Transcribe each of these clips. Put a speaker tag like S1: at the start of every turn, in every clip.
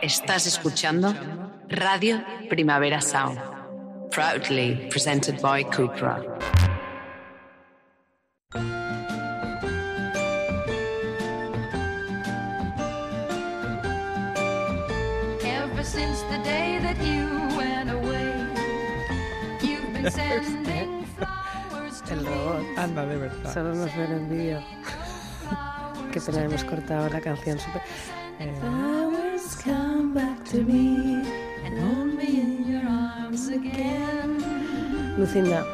S1: Estás escuchando Radio Primavera Sound, proudly presented by Cupra.
S2: Ever since the day that you went away, you've been sending flowers to
S3: El robot.
S4: Anda, de verdad.
S3: Solo nos ven en vídeo. Qué pena, hemos cortado la canción. Eh, Super... Flowers come back to me and hold me in your arms again. Lucinda,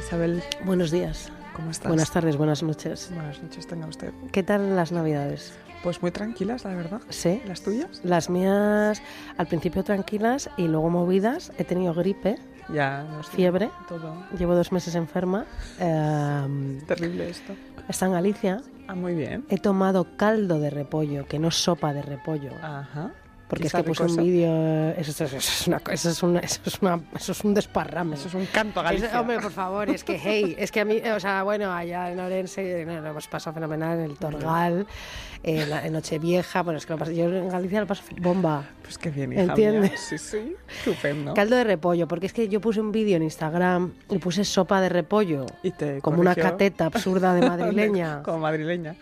S4: Isabel,
S3: buenos días.
S4: ¿cómo estás?
S3: Buenas tardes, buenas noches.
S4: Buenas noches tenga usted.
S3: ¿Qué tal las navidades?
S4: Pues muy tranquilas, la verdad.
S3: Sí.
S4: ¿Las tuyas?
S3: Las mías al principio tranquilas y luego movidas. He tenido gripe,
S4: Ya, no sé.
S3: fiebre.
S4: Todo.
S3: Llevo dos meses enferma. Eh,
S4: Terrible esto.
S3: está en Galicia.
S4: Ah, muy bien.
S3: He tomado caldo de repollo, que no sopa de repollo.
S4: Ajá.
S3: Porque
S4: ¿Y
S3: es que
S4: sabe
S3: puse un
S4: cosa?
S3: vídeo. Eso, es- eso es una, co- eso, es una- eso es una- eso es un desparrame.
S4: Eso es un canto a Galicia.
S3: Eso- hombre, por favor, es que, hey, es que a mí, eh, o sea, bueno, allá en Orense eh, no, lo hemos pasado fenomenal, en el Torgal, en, la- en Nochevieja, bueno, es que lo paso, yo en Galicia lo paso bomba.
S4: Pues qué bien, hija
S3: Entiende.
S4: mía. Sí, sí. Estupendo.
S3: Caldo de repollo, porque es que yo puse un vídeo en Instagram y puse sopa de repollo,
S4: Y te
S3: como una
S4: corrigió.
S3: cateta absurda de madrileña.
S4: Como madrileña.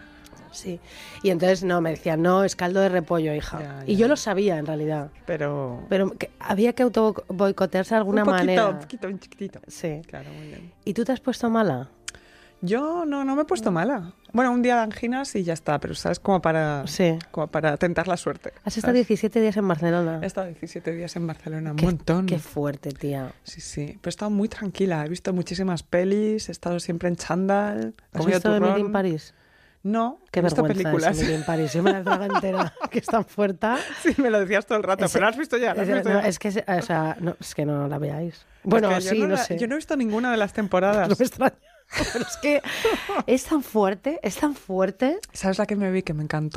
S3: Sí. Y entonces, no, me decían, no, es caldo de repollo, hija.
S4: Ya,
S3: Y
S4: ya.
S3: yo lo sabía, en realidad.
S4: Pero...
S3: Pero que había que auto boicotearse de alguna
S4: un poquito,
S3: manera.
S4: Un poquito, un chiquitito.
S3: Sí.
S4: Claro, muy bien.
S3: ¿Y tú te has puesto mala?
S4: Yo no, no me he puesto mala. Bueno, un día de anginas y ya está, pero ¿sabes? Como para,
S3: Sí.
S4: como para tentar la suerte.
S3: Has
S4: ¿sabes?
S3: estado 17 días en Barcelona.
S4: He estado 17 días en Barcelona, un
S3: Qué-
S4: montón.
S3: Qué fuerte, tía.
S4: Sí, sí, pero he estado muy tranquila. He visto muchísimas pelis, he estado siempre en chándal. he
S3: ¿Has
S4: comido
S3: visto
S4: turrón.
S3: Emily in Paris?
S4: No,
S3: Qué
S4: he visto
S3: vergüenza
S4: películas.
S3: es Emily in Paris. Yo me la trago entera, que es tan fuerte.
S4: Sí, me lo decías todo el rato,
S3: Ese-
S4: pero la has visto ya. la has
S3: ese-
S4: visto
S3: no,
S4: ya.
S3: es que, se- o sea, no, es que no la veáis.
S4: Es
S3: Bueno,
S4: que yo
S3: sí, no,
S4: la-
S3: sé.
S4: Yo no he visto ninguna de las temporadas.
S3: No me extraña. Pero es que es tan fuerte, es tan fuerte.
S4: ¿Sabes la que me vi que me encantó?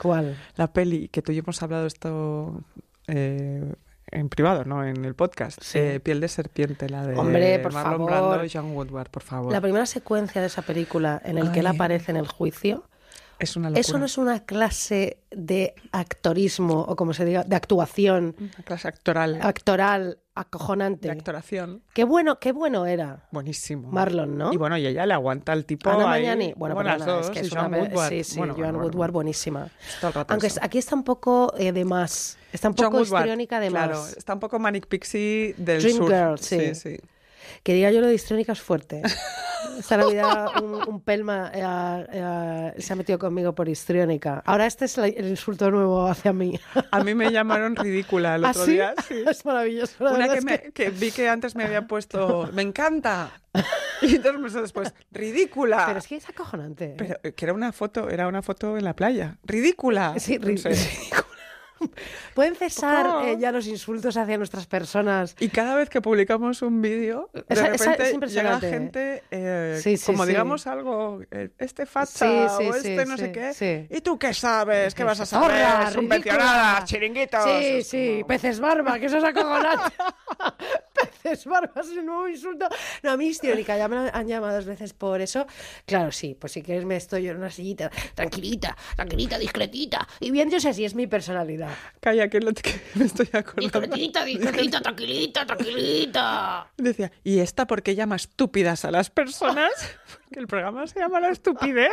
S3: ¿Cuál?
S4: La peli que tú y yo hemos hablado esto eh, en privado, ¿no? En el podcast.
S3: Sí.
S4: Eh, Piel de serpiente, la de
S3: Hombre, por
S4: Marlon
S3: favor.
S4: Brando y John Woodward, por favor.
S3: La primera secuencia de esa película en el que él
S4: Ay.
S3: aparece en el juicio.
S4: Es una locura.
S3: Eso no es una clase de actorismo, o como se diga, de actuación
S4: una clase actoral,
S3: actoral acojonante.
S4: de actuación.
S3: Qué bueno, qué bueno era.
S4: Buenísimo.
S3: Marlon, ¿no?
S4: Y bueno, y ella le aguanta al tipo.
S3: Ana
S4: ahí.
S3: Magnani. Bueno,
S4: las
S3: perdona,
S4: dos.
S3: es que
S4: y
S3: es
S4: Joan
S3: una pe-
S4: Woodward.
S3: Sí, sí,
S4: Bueno,
S3: Joan
S4: bueno, bueno.
S3: Woodward, buenísima.
S4: Todo el rato
S3: Aunque
S4: eso.
S3: es- aquí está un poco eh, de más. Está un
S4: Joan
S3: poco
S4: Woodward,
S3: histriónica de
S4: claro,
S3: más.
S4: está un poco Manic Pixie del
S3: Dream
S4: sur.
S3: Girl,
S4: sí.
S3: sí.
S4: sí.
S3: Que diga yo lo de histriónica es fuerte. Esta Navidad un, un pelma eh, eh, se ha metido conmigo por histriónica. Ahora este es la- el insulto nuevo hacia mí.
S4: A mí me llamaron ridícula el
S3: ¿Ah,
S4: otro
S3: sí?
S4: día. sí.
S3: Es maravilloso. la
S4: Una
S3: verdad
S4: que,
S3: es
S4: me- que vi que antes me había puesto, me encanta. Y dos meses después, ridícula.
S3: Pero es que es acojonante.
S4: Ah. Pero, eh, que era una foto, era una foto en la playa. Ridícula.
S3: Sí, ri-
S4: Entonces,
S3: Pueden cesar
S4: Ojo.
S3: eh, ya los insultos hacia nuestras personas.
S4: Y cada vez que publicamos un vídeo, de
S3: Esa- esa
S4: repente
S3: es
S4: llega
S3: impresionante.
S4: gente, eh,
S3: Sí, sí,
S4: como
S3: sí.
S4: digamos algo, eh, este facha
S3: Sí, sí,
S4: o este
S3: sí,
S4: no
S3: sí,
S4: sé qué.
S3: sí.
S4: ¿Y tú qué sabes? ¿Qué vas a saber?
S3: ¡Zorra,
S4: Subvencionadas,
S3: ridícula!
S4: chiringuitos.
S3: Sí,
S4: Es
S3: sí, pues
S4: como-
S3: peces barba, que eso es acojonante. peces barba es el nuevo insulto. No, a mí histriónica, ya me lo han llamado dos veces por eso. Claro, sí, pues si quieres me estoy yo en una sillita, tranquilita, tranquilita, discretita. Y bien, yo sé si es mi personalidad.
S4: Calla, que, lo- que me estoy acordando.
S5: Discretita, discretita, tranquilita, tranquilita.
S4: Decía, ¿y esta por qué llama estúpidas a las personas? Que el programa se llama La Estupidez.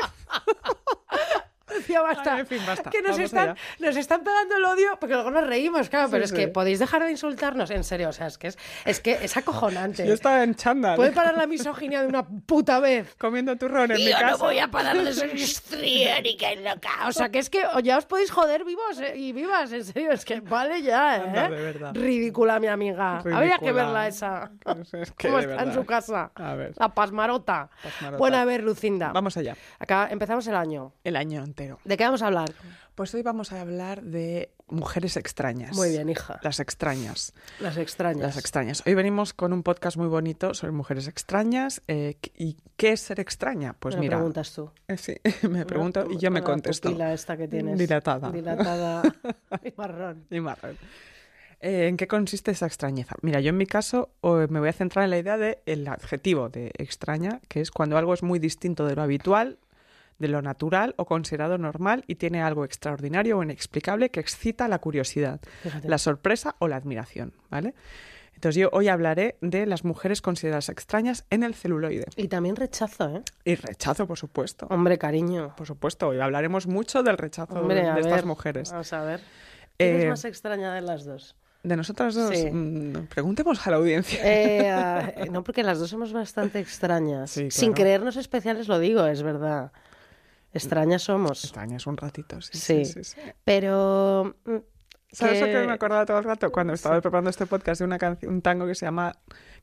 S3: Ya basta.
S4: Ay, en fin, basta.
S3: Que nos
S4: Vamos
S3: están,
S4: allá.
S3: nos están pegando el odio porque luego nos reímos, claro,
S4: Sí,
S3: pero es
S4: sí.
S3: que podéis dejar de insultarnos, en serio, o sea, es que es, es que es acojonante.
S4: Yo estaba en chándal,
S5: Pues
S3: ¿Puede parar la misoginia de una puta vez?
S4: comiendo turrón en mi
S5: Yo
S4: casa.
S5: no voy a parar de ser histriónica y loca.
S3: O sea, que es que o ya os podéis joder vivos eh, y vivas, en serio, es que vale ya, ¿eh?
S4: Anda, de verdad.
S3: Ridícula, mi amiga.
S4: Ridícula.
S3: Habría que verla esa.
S4: Es- es que
S3: ¿Cómo
S4: de
S3: está en
S4: verdad.
S3: su casa?
S4: A ver.
S3: La pasmarota.
S4: Pasmarota.
S3: Bueno, a ver, Lucinda.
S4: Vamos allá.
S3: Acá empezamos el año.
S4: El año pero.
S3: ¿De qué vamos a hablar?
S4: Pues hoy vamos a hablar de mujeres extrañas.
S3: Muy bien, hija.
S4: Las extrañas.
S3: Las extrañas.
S4: Las extrañas. Hoy venimos con un podcast muy bonito sobre mujeres extrañas. eh, ¿Y qué es ser extraña? Pues
S3: Me lo
S4: mira.
S3: preguntas tú.
S4: eh, Sí, me pregunto y yo me contesto.
S3: La esta que tienes.
S4: Dilatada.
S3: Dilatada y marrón.
S4: Y marrón. Eh, ¿En qué consiste esa extrañeza? Mira, yo en mi caso eh, me voy a centrar en la idea del el adjetivo de extraña, que es cuando algo es muy distinto de lo habitual, de lo natural o considerado normal y tiene algo extraordinario o inexplicable que excita la curiosidad, la sorpresa o la admiración, ¿vale? Entonces yo hoy hablaré de las mujeres consideradas extrañas en el celuloide.
S3: Y también rechazo, ¿eh?
S4: Y rechazo, por supuesto.
S3: Hombre, cariño.
S4: Por supuesto, hoy hablaremos mucho del rechazo
S3: Hombre,
S4: de
S3: a
S4: estas
S3: ver,
S4: mujeres.
S3: Vamos a ver. ¿Quién es
S4: Eh,
S3: más extraña de las dos?
S4: De nosotras dos,
S3: Sí.
S4: mm, preguntemos a la audiencia.
S3: Eh, ah, eh, no, porque las dos somos bastante extrañas.
S4: Sí,
S3: Sin
S4: claro.
S3: creernos especiales lo digo, es verdad. Extrañas somos.
S4: Extrañas un ratito, sí.
S3: Sí.
S4: sí, sí, sí.
S3: Pero... mm,
S4: ¿Sabes lo
S3: que-
S4: que me acordaba todo el rato? Cuando estaba preparando este podcast de una canción, un tango que se llama,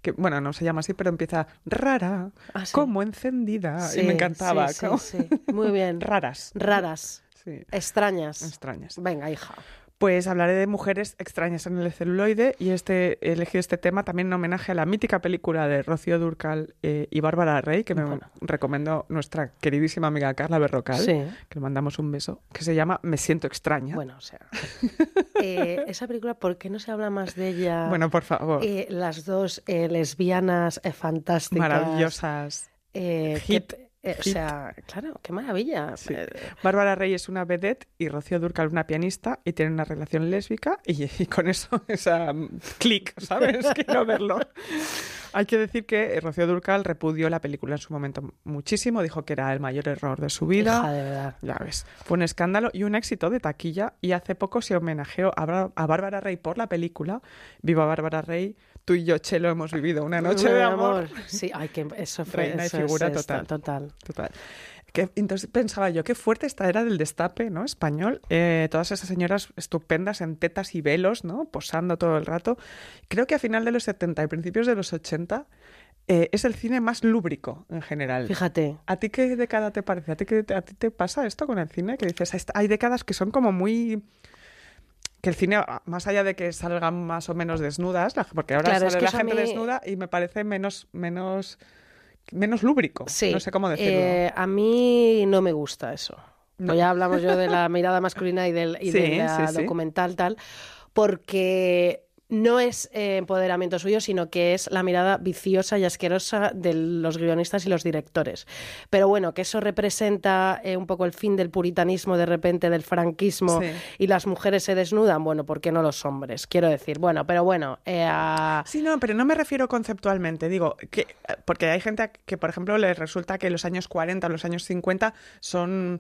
S4: que bueno, no se llama así, pero empieza rara,
S3: Ah, sí.
S4: como encendida.
S3: Sí,
S4: Ah, y me encantaba.
S3: sí, sí,
S4: como-
S3: sí. Muy bien.
S4: Raras.
S3: Raras.
S4: Sí.
S3: Extrañas.
S4: Extrañas.
S3: Venga, hija.
S4: Pues hablaré de mujeres extrañas en el celuloide y este, he elegido este tema también en homenaje a la mítica película de Rocío Durcal eh, y Bárbara Rey, que me recomendó nuestra queridísima amiga Carla Berrocal,
S3: Sí.
S4: que le mandamos un beso, que se llama Me siento extraña.
S3: Bueno, o sea... eh, esa película, ¿por qué no se habla más de ella?
S4: Bueno, por favor.
S3: Eh, las dos eh, lesbianas eh, fantásticas.
S4: Maravillosas.
S3: Eh,
S4: Hit,
S3: que- eh, O
S4: hit.
S3: sea, claro, qué maravilla.
S4: Sí.
S3: Eh,
S4: Bárbara Rey es una vedette y Rocío Durcal una pianista y tienen una relación lésbica y, y con eso, esa mm, clic, ¿sabes? Quiero verlo. Hay que decir que eh, Rocío Durcal repudió la película en su momento muchísimo, dijo que era el mayor error de su vida.
S3: hija de verdad.
S4: Ya ves, fue un escándalo y un éxito de taquilla y hace poco se homenajeó a, Bra- a Bárbara Rey por la película. Viva Bárbara Rey, tú y yo, Chelo, hemos vivido una noche de amor.
S3: Sí, ay, que eso fue
S4: Reina y
S3: eso es
S4: figura
S3: esta-
S4: total.
S3: total.
S4: Total. Que, entonces pensaba yo, qué fuerte esta era del destape, ¿no? Español. Eh, todas esas señoras estupendas en tetas y velos, ¿no? Posando todo el rato. Creo que a final de los 70 y principios de los 80 eh, es el cine más lúbrico en general.
S3: Fíjate.
S4: ¿A ti qué década te parece? ¿A ti, qué, a ti te pasa esto con el cine? Que dices, "Esta- hay décadas que son como muy... Que el cine, a- más allá de que salgan más o menos desnudas, la- porque ahora
S3: Claro, es
S4: sale
S3: que
S4: la
S3: eso a
S4: gente
S3: mí-
S4: desnuda y me parece menos... menos menos lúbrico,
S3: Sí.
S4: no sé cómo decirlo.
S3: eh, a mí no me gusta eso. Pues ya hablamos yo de la mirada masculina y del y
S4: Sí,
S3: de la
S4: sí, sí.
S3: documental tal, porque no es eh, empoderamiento suyo, sino que es la mirada viciosa y asquerosa de los guionistas y los directores. Pero bueno, que eso representa eh, un poco el fin del puritanismo, de repente del franquismo,
S4: Sí.
S3: y las mujeres se desnudan, bueno, ¿por qué no los hombres? Quiero decir, bueno, pero bueno, eh, a-
S4: Sí, no, pero no me refiero conceptualmente. Digo, que, porque hay gente a- que, por ejemplo, les resulta que los años 40 o los años 50 son.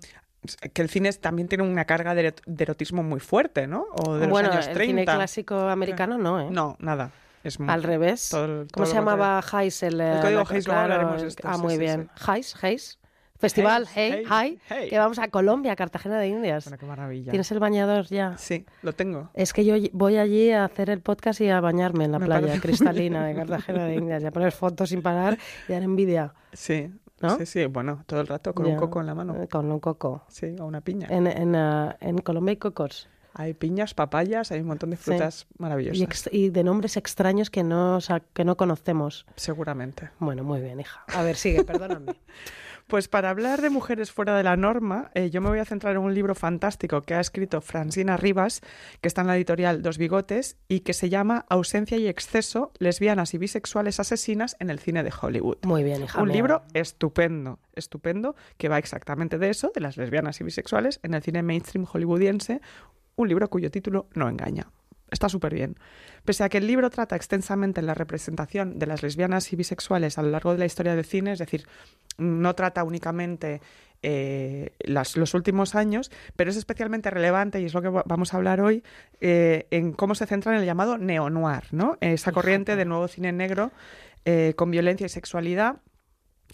S4: que el cine es- también tiene una carga de, erot- de erotismo muy fuerte, ¿no? O de los
S3: bueno,
S4: años 30.
S3: el cine clásico americano no, ¿eh?
S4: No, nada. Es muy-
S3: Al revés.
S4: todo el- todo
S3: ¿Cómo se
S4: lo contrario.
S3: llamaba Heis? El, eh,
S4: código
S3: la-
S4: Hays, luego hablaremos de esto,
S3: Ah,
S4: sí,
S3: muy
S4: sí,
S3: bien. Heis, Heis. Festival,
S4: Hays,
S3: hey,
S4: Hays,
S3: hey,
S4: Hays.
S3: Que vamos a Colombia, Cartagena de Indias.
S4: Bueno, qué maravilla.
S3: Tienes el bañador ya.
S4: Sí, lo tengo.
S3: Es que yo ll- voy allí a hacer el podcast y a bañarme en la
S4: Me
S3: playa
S4: parece muy
S3: cristalina de Cartagena de Indias. Y a poner fotos sin parar y dar envidia.
S4: Sí,
S3: ¿No?
S4: sí, sí. Bueno, todo el rato con
S3: Ya.
S4: un coco en la mano.
S3: Eh, Con un coco.
S4: Sí, o una piña.
S3: En, en, ah, en Colombia hay cocos.
S4: Hay piñas, papayas, hay un montón de frutas maravillosas.
S3: Y, ex- y de nombres extraños que no, sa- que no conocemos.
S4: Seguramente.
S3: Bueno, muy bien, hija. Ah, A ver, sigue, perdóname.
S4: Pues para hablar de mujeres fuera de la norma, eh, yo me voy a centrar en un libro fantástico que ha escrito Francina Rivas, que está en la editorial Dos Bigotes, y que se llama Ausencia y Exceso, lesbianas y bisexuales asesinas en el cine de Hollywood.
S3: Muy bien, hija.
S4: Un
S3: mía.
S4: libro estupendo, estupendo, que va exactamente de eso, de las lesbianas y bisexuales en el cine mainstream hollywoodiense, un libro cuyo título no engaña. Está súper bien. Pese a que el libro trata extensamente la representación de las lesbianas y bisexuales a lo largo de la historia del cine, es decir, no trata únicamente eh, las- los últimos años, pero es especialmente relevante, y es lo que va- vamos a hablar hoy, eh, en cómo se centra en el llamado neo-noir, ¿no? esa corriente del nuevo cine negro eh, con violencia y sexualidad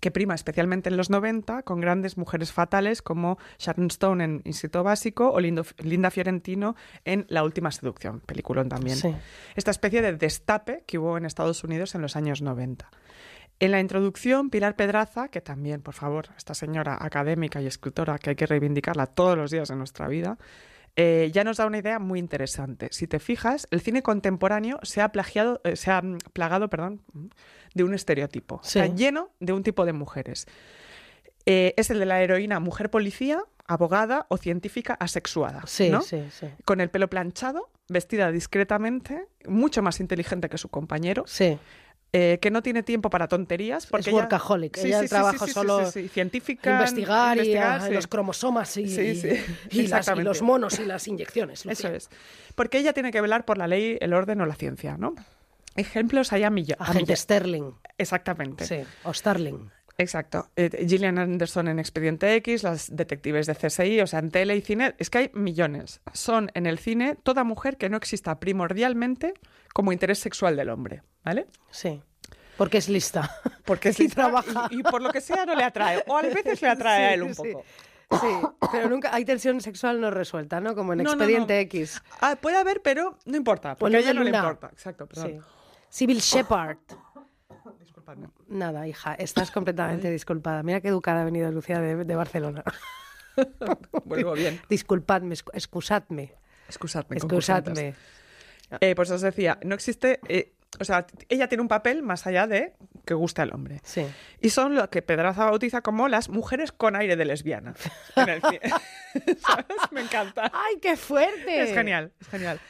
S4: que prima especialmente en los 90 con grandes mujeres fatales como Sharon Stone en Instituto Básico o Lindo- Linda Fiorentino en La Última Seducción, peliculón también.
S3: Sí.
S4: Esta especie de destape que hubo en Estados Unidos en los años 90. En la introducción, Pilar Pedraza, que también, por favor, esta señora académica y escritora que hay que reivindicarla todos los días en nuestra vida, eh, ya nos da una idea muy interesante. Si te fijas, el cine contemporáneo se ha, plagiado, eh, se ha mm, plagado perdón, de un estereotipo.
S3: Sí.
S4: Está lleno de un tipo de mujeres. Eh, es el de la heroína mujer policía, abogada o científica asexuada.
S3: Sí,
S4: ¿no?
S3: sí, sí.
S4: Con el pelo planchado, vestida discretamente, mucho más inteligente que su compañero,
S3: Sí.
S4: eh, que no tiene tiempo para tonterías. Porque
S3: Es
S4: ella-
S3: workaholic, ella trabaja solo
S4: Científica,
S3: Investigar, y
S4: investigar,
S3: ah,
S4: sí.
S3: los cromosomas y,
S4: Sí, sí.
S3: y- y las- y
S4: Exactamente.
S3: los monos y las inyecciones.
S4: Eso
S3: Lucía.
S4: es. Porque ella tiene que velar por la ley, el orden o la ciencia, ¿no? Ejemplos hay a millo- a
S3: Agente
S4: millo-
S3: Sterling.
S4: Exactamente.
S3: Sí. O Starling.
S4: Exacto. Eh, Gillian Anderson en Expediente X, las detectives de CSI, o sea, en tele y cine, es que hay millones. Son en el cine toda mujer que no exista primordialmente como interés sexual del hombre, ¿vale?
S3: Sí. Porque es lista.
S4: Porque
S3: y
S4: si
S3: trabaja.
S4: Y, y por lo que sea no le atrae. O a veces le atrae a él un
S3: Sí,
S4: poco.
S3: Sí. Sí, pero nunca hay tensión sexual no resuelta, ¿no? Como en
S4: No, no, no.
S3: Expediente X.
S4: Ah, puede haber, pero no importa. Porque
S3: no
S4: a
S3: hay
S4: ella no le
S3: luna.
S4: importa. Exacto,
S3: Sí.
S4: perdón.
S3: Civil Shepard.
S4: Disculpadme.
S3: Nada, hija, estás completamente disculpada. Mira qué educada ha venido Lucía de, de Barcelona.
S4: Vuelvo bien.
S3: Disculpadme, excu- excusadme.
S4: Excusadme. concursantes.
S3: Excusadme.
S4: Eh, pues os decía, no existe. eh, o sea, t- ella tiene un papel más allá de que gusta al hombre.
S3: Sí.
S4: Y son lo que Pedraza bautiza como las mujeres con aire de lesbiana. en el cine. ¿Sabes? Me encanta.
S3: ¡Ay, qué fuerte!
S4: Es genial, es genial.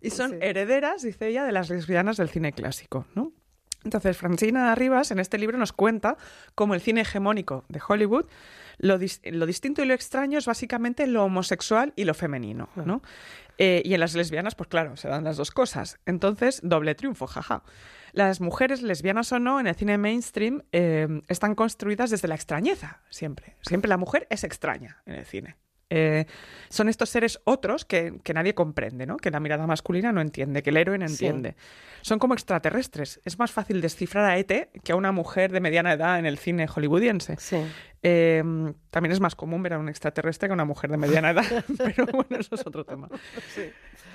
S4: Y son
S3: Sí.
S4: herederas, dice ella, de las lesbianas del cine clásico, ¿no? Entonces, Francina Arribas en este libro nos cuenta cómo el cine hegemónico de Hollywood, lo, dis- lo distinto y lo extraño es básicamente lo homosexual y lo femenino, ¿no? Eh, y en las lesbianas, pues claro, se dan las dos cosas. Entonces, doble triunfo, jaja. Las mujeres, lesbianas o no, en el cine mainstream eh, están construidas desde la extrañeza, siempre. Siempre la mujer es extraña en el cine. Eh, son estos seres otros que, que nadie comprende, ¿no? que la mirada masculina no entiende, que el héroe no entiende. Son como extraterrestres. Es más fácil descifrar a ET que a una mujer de mediana edad en el cine hollywoodiense.
S3: Sí.
S4: Eh, también es más común ver a un extraterrestre que a una mujer de mediana edad, pero bueno, eso es otro tema.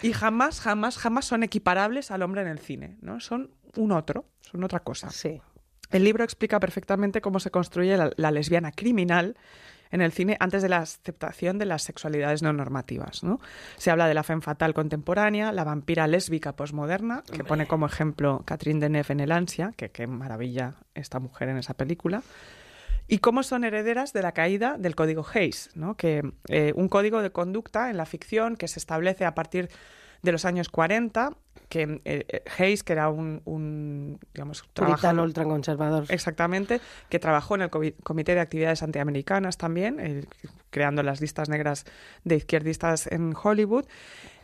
S4: Y jamás, jamás, jamás son equiparables al hombre en el cine. ¿no? Son un otro, son otra cosa.
S3: Sí.
S4: El libro explica perfectamente cómo se construye la, la lesbiana criminal en el cine antes de la aceptación de las sexualidades no normativas. ¿no? Se habla de la femme fatal contemporánea, la vampira lésbica posmoderna, que pone como ejemplo Catherine Deneuve en El ansia, que qué maravilla esta mujer en esa película, y cómo son herederas de la caída del código Hayes, ¿no? que eh, un código de conducta en la ficción que se establece a partir de los años 40, que eh, eh, Hayes, que era un, un digamos,
S3: Puritano
S4: trabajador-
S3: ultraconservador.
S4: Exactamente, que trabajó en el comi- Comité de Actividades Antiamericanas también, el- creando las listas negras de izquierdistas en Hollywood.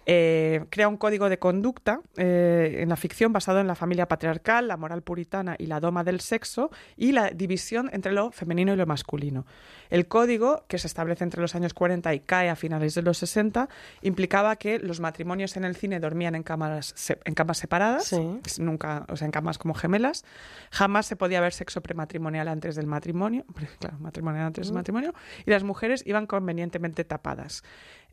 S4: Eh, crea un código de conducta eh, en la ficción basado en la familia patriarcal, la moral puritana y la doma del sexo y la división entre lo femenino y lo masculino. El código, que se establece entre los años 40 y cae a finales de los 60, implicaba que los matrimonios en el cine dormían en, cámaras se- en camas separadas,
S3: Sí.
S4: es pues nunca, o sea, en camas como gemelas. Jamás se podía ver sexo prematrimonial antes del matrimonio, claro, matrimonial antes del matrimonio, y las mujeres iban convenientemente tapadas.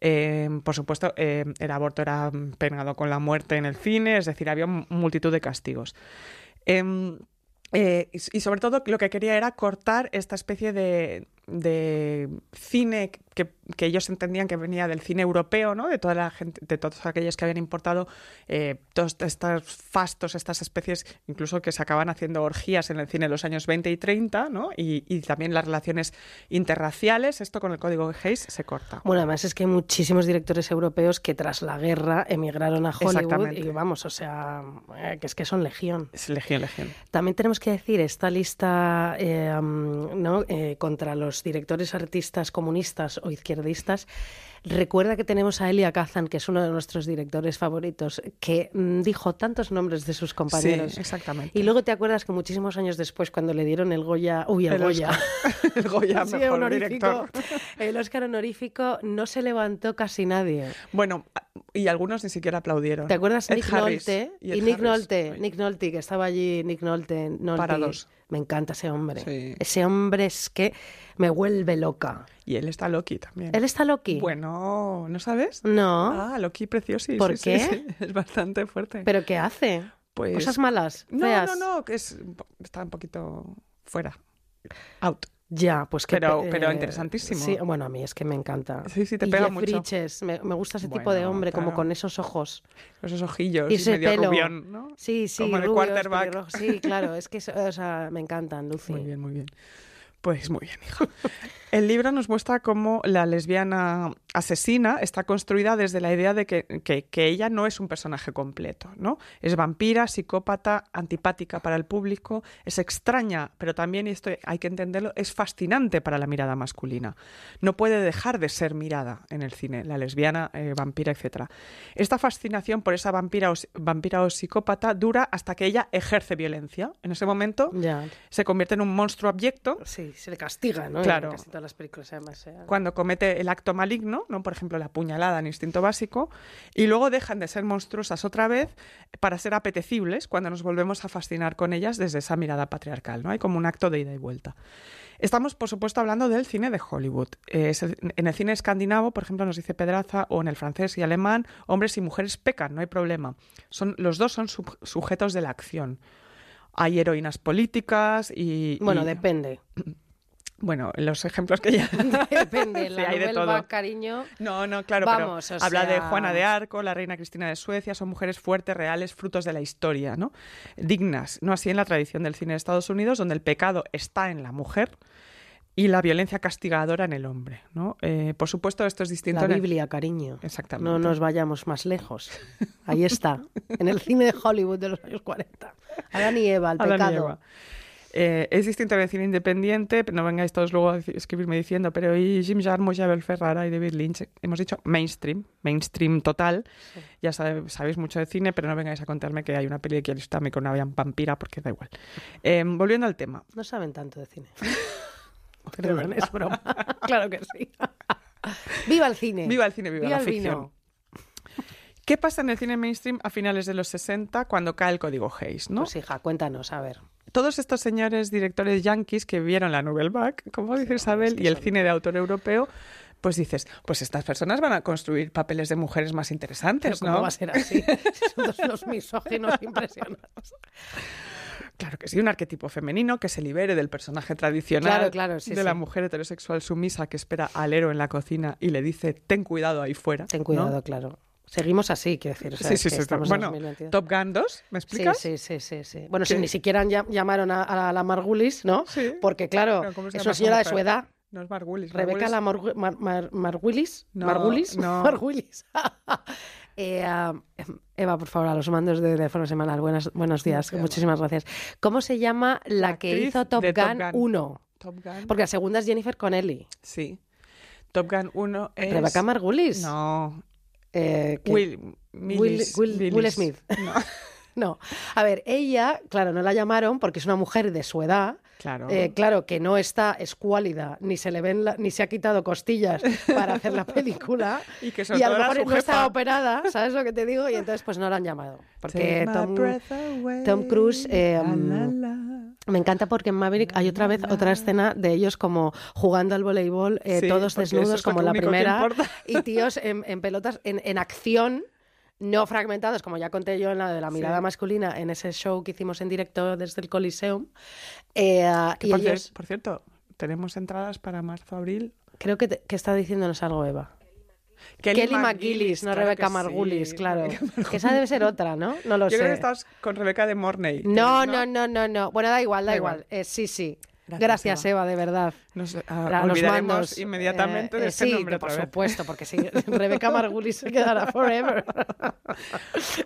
S4: Eh, por supuesto, eh, el aborto era mm, penado con la muerte en el cine, es decir, había m- multitud de castigos. Em, eh, y s- y sobre todo lo que quería era cortar esta especie de, de cine que, que ellos entendían que venía del cine europeo, ¿no? De toda la gente, de todos aquellos que habían importado eh, todos estos fastos, estas especies, incluso que se acaban haciendo orgías en el cine de los años 20 y 30, ¿no? Y, y también las relaciones interraciales, esto con el código de Hayes se corta.
S3: Bueno, además es que hay muchísimos directores europeos que tras la guerra emigraron a Hollywood
S4: Exactamente.
S3: y vamos, o sea, eh, que es que son legión.
S4: Es legión, legión.
S3: También tenemos que decir esta lista eh, am, ¿no? Eh, contra los directores artistas comunistas o izquierdistas. Recuerda que tenemos a Elia Kazan, que es uno de nuestros directores favoritos, que mm, dijo tantos nombres de sus compañeros.
S4: exactamente.
S3: Y luego te acuerdas que muchísimos años después, cuando le dieron el Goya, uy, el,
S4: El
S3: Goya,
S4: Oscar. El Goya,
S3: Sí,
S4: mejor
S3: honorífico.
S4: director.
S3: el Oscar honorífico, no se levantó casi nadie.
S4: Bueno, y algunos ni siquiera aplaudieron.
S3: ¿Te acuerdas
S4: Ed
S3: Nick
S4: Harris
S3: Nolte? Y,
S4: Ed
S3: Nick
S4: Harris.
S3: Nolte,
S4: Ay,
S3: Nick Nolte, que estaba allí, Nick Nolte, Nolte.
S4: Para dos.
S3: Me encanta ese hombre.
S4: Sí.
S3: Ese hombre es que me vuelve loca.
S4: Y él está Loki también.
S3: ¿Él está Loki?
S4: Bueno, ¿no sabes?
S3: No.
S4: Ah, Loki precioso.
S3: ¿Por qué?
S4: Es bastante fuerte.
S3: ¿Pero qué hace?
S4: pues...
S3: Cosas malas,
S4: no,
S3: feas.
S4: no, no, que es, está un poquito fuera. Out.
S3: Ya, pues que...
S4: Pero-
S3: pe-
S4: pero interesantísimo.
S3: Sí, bueno, a mí es que me encanta.
S4: Sí, sí, te
S3: Y
S4: pega
S3: Jeff
S4: mucho.
S3: Bridges, me, me gusta ese tipo de
S4: Bueno,
S3: hombre, como
S4: claro.
S3: con esos ojos.
S4: Esos ojillos
S3: Y
S4: y
S3: ese
S4: medio
S3: pelo.
S4: rubión, ¿no?
S3: Sí, sí,
S4: Como de
S3: rubios,
S4: quarterback.
S3: pelirrojos. Sí, claro, es que es- o sea, me encantan, Lucy.
S4: Muy bien, muy bien. Pues muy bien, hija. El libro nos muestra cómo la lesbiana asesina está construida desde la idea de que, que- que ella no es un personaje completo, ¿no? Es vampira, psicópata, antipática para el público, es extraña, pero también, y esto hay que entenderlo, es fascinante para la mirada masculina. No puede dejar de ser mirada en el cine, la lesbiana, eh, vampira, etc. Esta fascinación por esa vampira o si- vampira o psicópata dura hasta que ella ejerce violencia. En ese momento
S3: Ya.
S4: se convierte en un monstruo abyecto
S3: Sí, se le castiga, ¿no?
S4: Claro.
S3: En casi todas las películas, además. ¿eh?
S4: cuando comete el acto maligno, ¿no? por ejemplo la puñalada en instinto básico, y luego dejan de ser monstruosas otra vez para ser apetecibles cuando nos volvemos a fascinar con ellas desde esa mirada patriarcal. ¿no? Hay como un acto de ida y vuelta. Estamos, por supuesto, hablando del cine de Hollywood. Eh, es el- en el cine escandinavo, por ejemplo, nos dice Pedraza, o en el francés y alemán, hombres y mujeres pecan, no hay problema. Son, los dos son sub- sujetos de la acción. Hay heroínas políticas y...
S3: Bueno,
S4: y-
S3: depende.
S4: bueno, los ejemplos que ya...
S3: Depende.
S4: Sí,
S3: La
S4: hay de
S3: novela,
S4: todo.
S3: cariño.
S4: No, no, claro,
S3: Vamos, o
S4: pero habla de
S3: sea-
S4: Juana de Arco, la reina Cristina de Suecia, son mujeres fuertes, reales, frutos de la historia, ¿no? Dignas, no así en la tradición del cine de Estados Unidos, donde el pecado está en la mujer y la violencia castigadora en el hombre, ¿no? Eh, por supuesto, esto es distinto.
S3: La
S4: en el-
S3: Biblia, cariño.
S4: Exactamente.
S3: No nos vayamos más lejos. Ahí está, en el cine de Hollywood de los años 40. Adán y Eva, el
S4: Adán y
S3: pecado.
S4: Eva. Eh, es distinto al cine independiente, pero no vengáis todos luego a deci- escribirme diciendo, pero y Jim Jarmusch, y Abel Ferrara y David Lynch, hemos dicho mainstream, mainstream total. Ya sabe- sabéis mucho de cine, pero no vengáis a contarme que hay una peli de Kiarostami con una vampira, porque da igual. Eh, volviendo al tema,
S3: No saben tanto de cine. Perdón, es broma. claro que sí. ¡Viva el cine!
S4: Viva el cine, viva la
S3: el
S4: ficción.
S3: vino!
S4: ¿qué pasa en el cine mainstream a finales de los 60 cuando cae el código Hayes? ¿no?
S3: Pues hija, cuéntanos, a ver.
S4: todos estos señores directores yanquis que vieron la Nouvelle Vague, como dice Isabel, y el cine de autor europeo, pues dices, pues estas personas van a construir papeles de mujeres más
S3: Pero
S4: interesantes,
S3: ¿Cómo
S4: Pues ¿no?
S3: va a ser así? Son dos los misóginos impresionantes.
S4: Claro que sí, un arquetipo femenino que se libere del personaje tradicional
S3: Claro, claro, sí,
S4: de la
S3: sí.
S4: mujer heterosexual sumisa que espera al héroe en la cocina y le dice, ten cuidado ahí fuera.
S3: Ten
S4: ¿no?
S3: cuidado, claro. Seguimos así, quiero decir. o sea,
S4: sí,
S3: es
S4: sí,
S3: que
S4: sí.
S3: estamos en
S4: Bueno,
S3: 2022.
S4: Top Gun 2, ¿me
S3: Sí,
S4: explicas?
S3: sí, sí, sí, sí. Bueno, si
S4: ¿Qué?
S3: ni siquiera llam- llamaron a, a la Margulis, ¿no?
S4: Sí.
S3: Porque claro,
S4: Pero, ¿cómo se llama
S3: es una
S4: esa
S3: señora de
S4: mujer?
S3: su edad.
S4: No es Margulis.
S3: Rebeca
S4: Margulis-
S3: la Margu- Mar- Mar- Margulis.
S4: No,
S3: Margulis.
S4: no.
S3: Margulis. Eh, um, Eva, por favor, a los mandos de teléfono semanal. Buenas, buenos días. Muchísimas gracias. ¿Cómo se llama la,
S4: La
S3: que
S4: actriz
S3: hizo Top
S4: de
S3: Gun,
S4: Top Gun.
S3: 1?
S4: Top Gun.
S3: Porque la segunda es Jennifer Connelly.
S4: Sí. Top Gun 1 es...
S3: Rebeca Margulis.
S4: No,
S3: Eh, que-
S4: Will, Millis-
S3: Will- Will
S4: Willis.
S3: Smith.
S4: No,
S3: No. A ver, ella, claro, no la llamaron porque es una mujer de su edad.
S4: Claro.
S3: Eh, claro, que no está escuálida, ni se le ven la- ni se ha quitado costillas para hacer la película.
S4: Y que sobre
S3: a lo
S4: todo era
S3: mejor
S4: su
S3: no está
S4: jefa.
S3: operada, ¿sabes lo que te digo? Y entonces pues no la han llamado. Porque
S4: Take my
S3: Tom,
S4: breath away.
S3: Tom Cruise eh,
S4: La, la, la.
S3: me encanta porque en Maverick hay otra vez otra escena de ellos como jugando al voleibol, eh,
S4: Ah. Sí,
S3: todos
S4: porque eso
S3: desnudos
S4: es lo
S3: como
S4: que
S3: la
S4: único que
S3: primera,
S4: importa.
S3: y tíos en, en pelotas, en, en acción, no fragmentados, como ya conté yo en la de la mirada masculina, en ese show que hicimos en directo desde el Coliseum. Eh,
S4: Que
S3: y
S4: por, cier-
S3: ellos,
S4: por cierto, tenemos entradas para marzo, abril.
S3: creo que, te- que está diciéndonos algo Eva. Kelly McGillis, no
S4: claro
S3: Rebeca
S4: que sí,
S3: Margulis, claro.
S4: Rebecca Margulis.
S3: Que esa debe ser otra, ¿no? No lo
S4: Yo
S3: sé.
S4: creo que estás con Rebeca de Morney.
S3: No, no, no, no, no. Bueno, da igual, da,
S4: Da
S3: igual.
S4: igual.
S3: Eh, sí, sí. Gracias,
S4: Gracias,
S3: Eva. de verdad.
S4: Nos ah,
S3: A los
S4: olvidaremos
S3: mandos.
S4: inmediatamente
S3: Eh,
S4: de
S3: eh,
S4: este
S3: sí,
S4: nombre
S3: que
S4: otra
S3: por
S4: vez.
S3: supuesto, porque si Rebeca Margulis se quedará forever.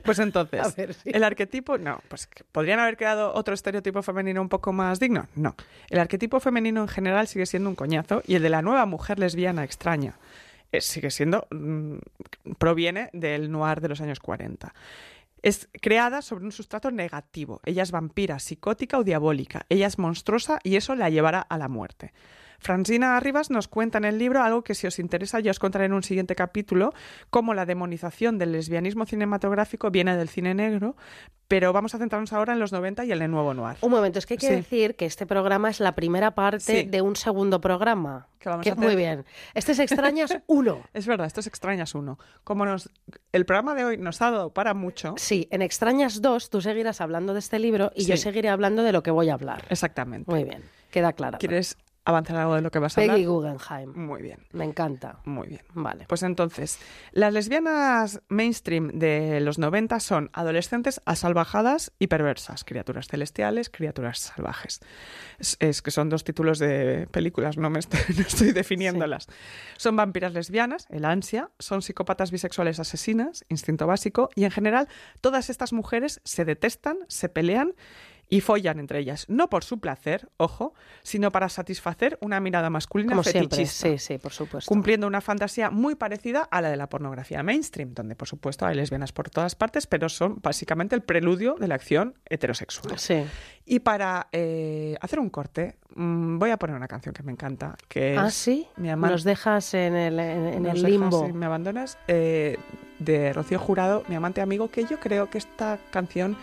S4: Pues
S3: A
S4: entonces,
S3: ver, sí.
S4: el arquetipo, no, pues que podrían haber creado otro estereotipo femenino un poco más digno. No, el arquetipo femenino en general sigue siendo un coñazo y el de la nueva mujer lesbiana extraña eh, sigue siendo, mm, proviene del noir de los años 40. Es creada sobre un sustrato negativo. Ella es vampira, psicótica o diabólica. Ella es monstruosa y eso la llevará a la muerte. Francina Arribas nos cuenta en el libro algo que si os interesa ya os contaré en un siguiente capítulo, cómo la demonización del lesbianismo cinematográfico viene del cine negro, pero vamos a centrarnos ahora en los 90 y en el nuevo noir.
S3: Un momento, es que hay que
S4: Sí.
S3: decir que este programa es la primera parte
S4: Sí.
S3: de un segundo programa.
S4: Que vamos a hacer-
S3: muy bien. Este es Extrañas 1.
S4: Es verdad, esto es extrañas uno. Como nos, el programa de hoy nos ha dado para mucho,
S3: Sí, en Extrañas 2 tú seguirás hablando de este libro y yo
S4: Sí.
S3: seguiré hablando de lo que voy a hablar.
S4: exactamente.
S3: Muy bien, queda claro.
S4: ¿Quieres avanzar algo de lo que vas a hablar?
S3: Peggy Guggenheim.
S4: Muy bien,
S3: Me encanta.
S4: muy bien.
S3: Vale.
S4: Pues entonces, las lesbianas mainstream de los 90 son adolescentes asalvajadas y perversas, criaturas celestiales, criaturas salvajes. Es, es que son dos títulos de películas, no me estoy, no estoy definiéndolas. Son vampiras lesbianas, el ansia, son psicópatas bisexuales asesinas, instinto básico, y en general todas estas mujeres se detestan, se pelean y follan entre ellas, no por su placer, ojo, sino para satisfacer una mirada masculina
S3: Como
S4: fetichista
S3: siempre. Sí, sí, por supuesto.
S4: cumpliendo una fantasía muy parecida a la de la pornografía mainstream, donde por supuesto hay lesbianas por todas partes, pero son básicamente el preludio de la acción heterosexual.
S3: Sí.
S4: Y para eh, hacer un corte, mm, voy a poner una canción que me encanta, que
S3: ¿Ah,
S4: es
S3: sí?
S4: Eh, Mi amante-
S3: Nos dejas en el, en, en
S4: Nos dejas
S3: el limbo.
S4: y me abandonas, eh, de Rocío Jurado, mi amante amigo, que yo creo que esta canción,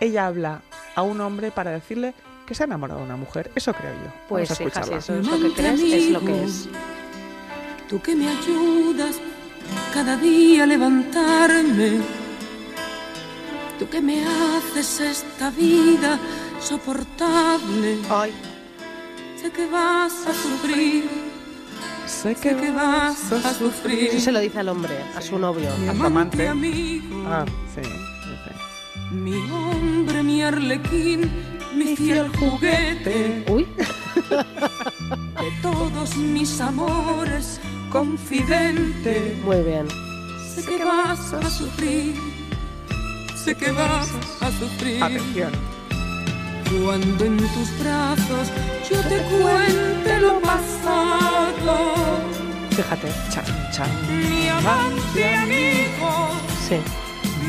S4: ella habla a un hombre para decirle que se ha enamorado de una mujer, eso creo yo.
S3: Pues
S4: Vamos a
S3: hija, si
S4: escucharla.
S3: eso es lo que crees, es lo que es.
S6: Tú que me ayudas cada día a levantarme. Tú que me haces esta vida soportable.
S3: Ay,
S6: Sé que vas a sufrir,
S4: Sé que
S6: sé que vas a sufrir.
S3: sí se lo dice al hombre, a su novio.
S4: a tu
S6: Amante,
S4: amante.
S6: amigo,
S4: Ah, sí, dice.
S6: mi hombre, mi arlequín, mi fiel juguete.
S3: Uy,
S6: De todos mis amores, confidente.
S3: muy bien.
S6: Sé que vas a sufrir, sé que vas a sufrir.
S4: Atención.
S6: Cuando en tus brazos yo te cuente lo pasado,
S3: Fíjate,
S4: Chan, chan.
S6: mi amante amigo,
S3: sí.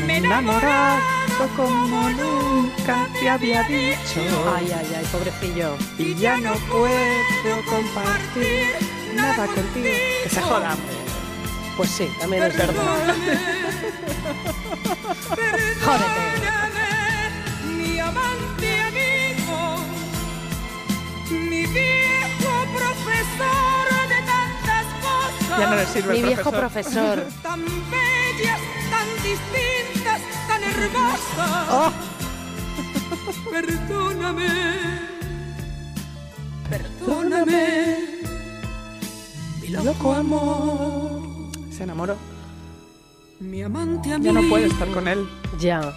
S6: me
S4: Enamorado
S6: enamorará
S4: como nunca te había dicho.
S3: Ay, ay, ay, pobrecillo.
S4: Y ya no puedo compartir nada contigo. Que se joda.
S3: Pues sí, también es verdad. Jódete.
S6: mi amante amigo, mi viejo profesor de tantas cosas.
S4: Ya no le sirve
S3: Mi
S4: el
S3: viejo
S4: profesor.
S3: profesor.
S6: tan bellas, tan distintas, tan hermosas.
S4: Oh.
S6: Perdóname, perdóname, mi loco amor,
S4: Se enamoró.
S6: mi amante
S4: Ya
S6: amigo.
S4: no puede estar con él.
S3: Ya.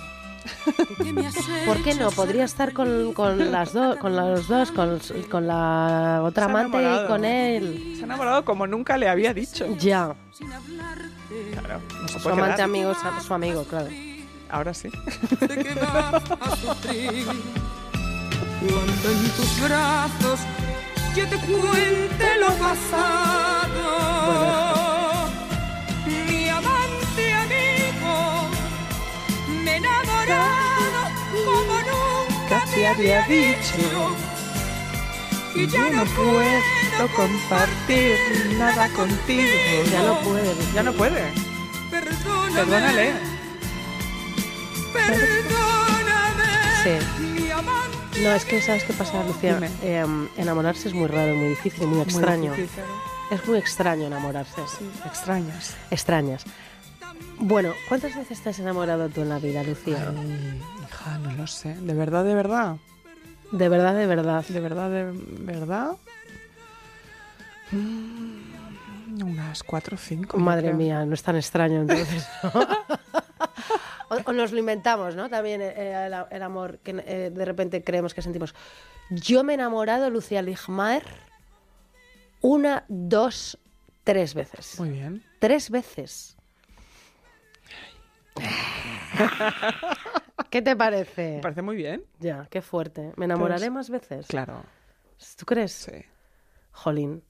S6: que me has
S3: ¿Por qué no?
S6: hecho
S3: Podría estar con, con las dos, con los dos, con, con la otra
S4: Se ha
S3: amante y
S4: enamorado.
S3: con él.
S4: Se ha enamorado como nunca le había dicho.
S3: Ya.
S6: sin hablarte,
S4: Claro, no se
S3: Su
S4: puede
S3: amante
S4: quedar.
S3: amigo, sa- su amigo, claro.
S4: Ahora sí.
S6: sé que vas a sufrir. Cuando en tus brazos yo te cuente lo pasado, mi amante amigo, me he enamorado como nunca te había dicho. Y ya no pues, puedo compartir nada contigo.
S3: Ya no puede.
S4: Ya no puede. Perdónale.
S6: Perdónale. Perdóname.
S3: Sí.
S6: Mi amante.
S3: No, es que sabes qué pasa, Lucía.
S4: Dime.
S3: Em, enamorarse es muy raro, muy difícil, muy extraño.
S4: Muy difícil.
S3: es muy extraño enamorarse.
S4: Extrañas.
S3: Extrañas. Bueno, ¿cuántas veces te has enamorado tú en la vida, Lucía?
S4: Hija, no lo sé. De verdad, de verdad.
S3: De verdad, de verdad.
S4: De verdad, de verdad. Mm, Unas cuatro o cinco. yo
S3: Madre
S4: creo.
S3: mía, no es tan extraño entonces. o, o nos lo inventamos, ¿no? También eh, el, el amor que eh, de repente creemos que sentimos. Yo me he enamorado, Lucía Ligmaer, una, dos, tres veces.
S4: Muy bien.
S3: Tres veces. ¿Qué te parece?
S4: Me parece muy bien.
S3: Ya, qué fuerte. ¿Me enamoraré
S4: Pues-
S3: más veces?
S4: Claro.
S3: ¿Tú crees?
S4: Sí.
S3: Jolín.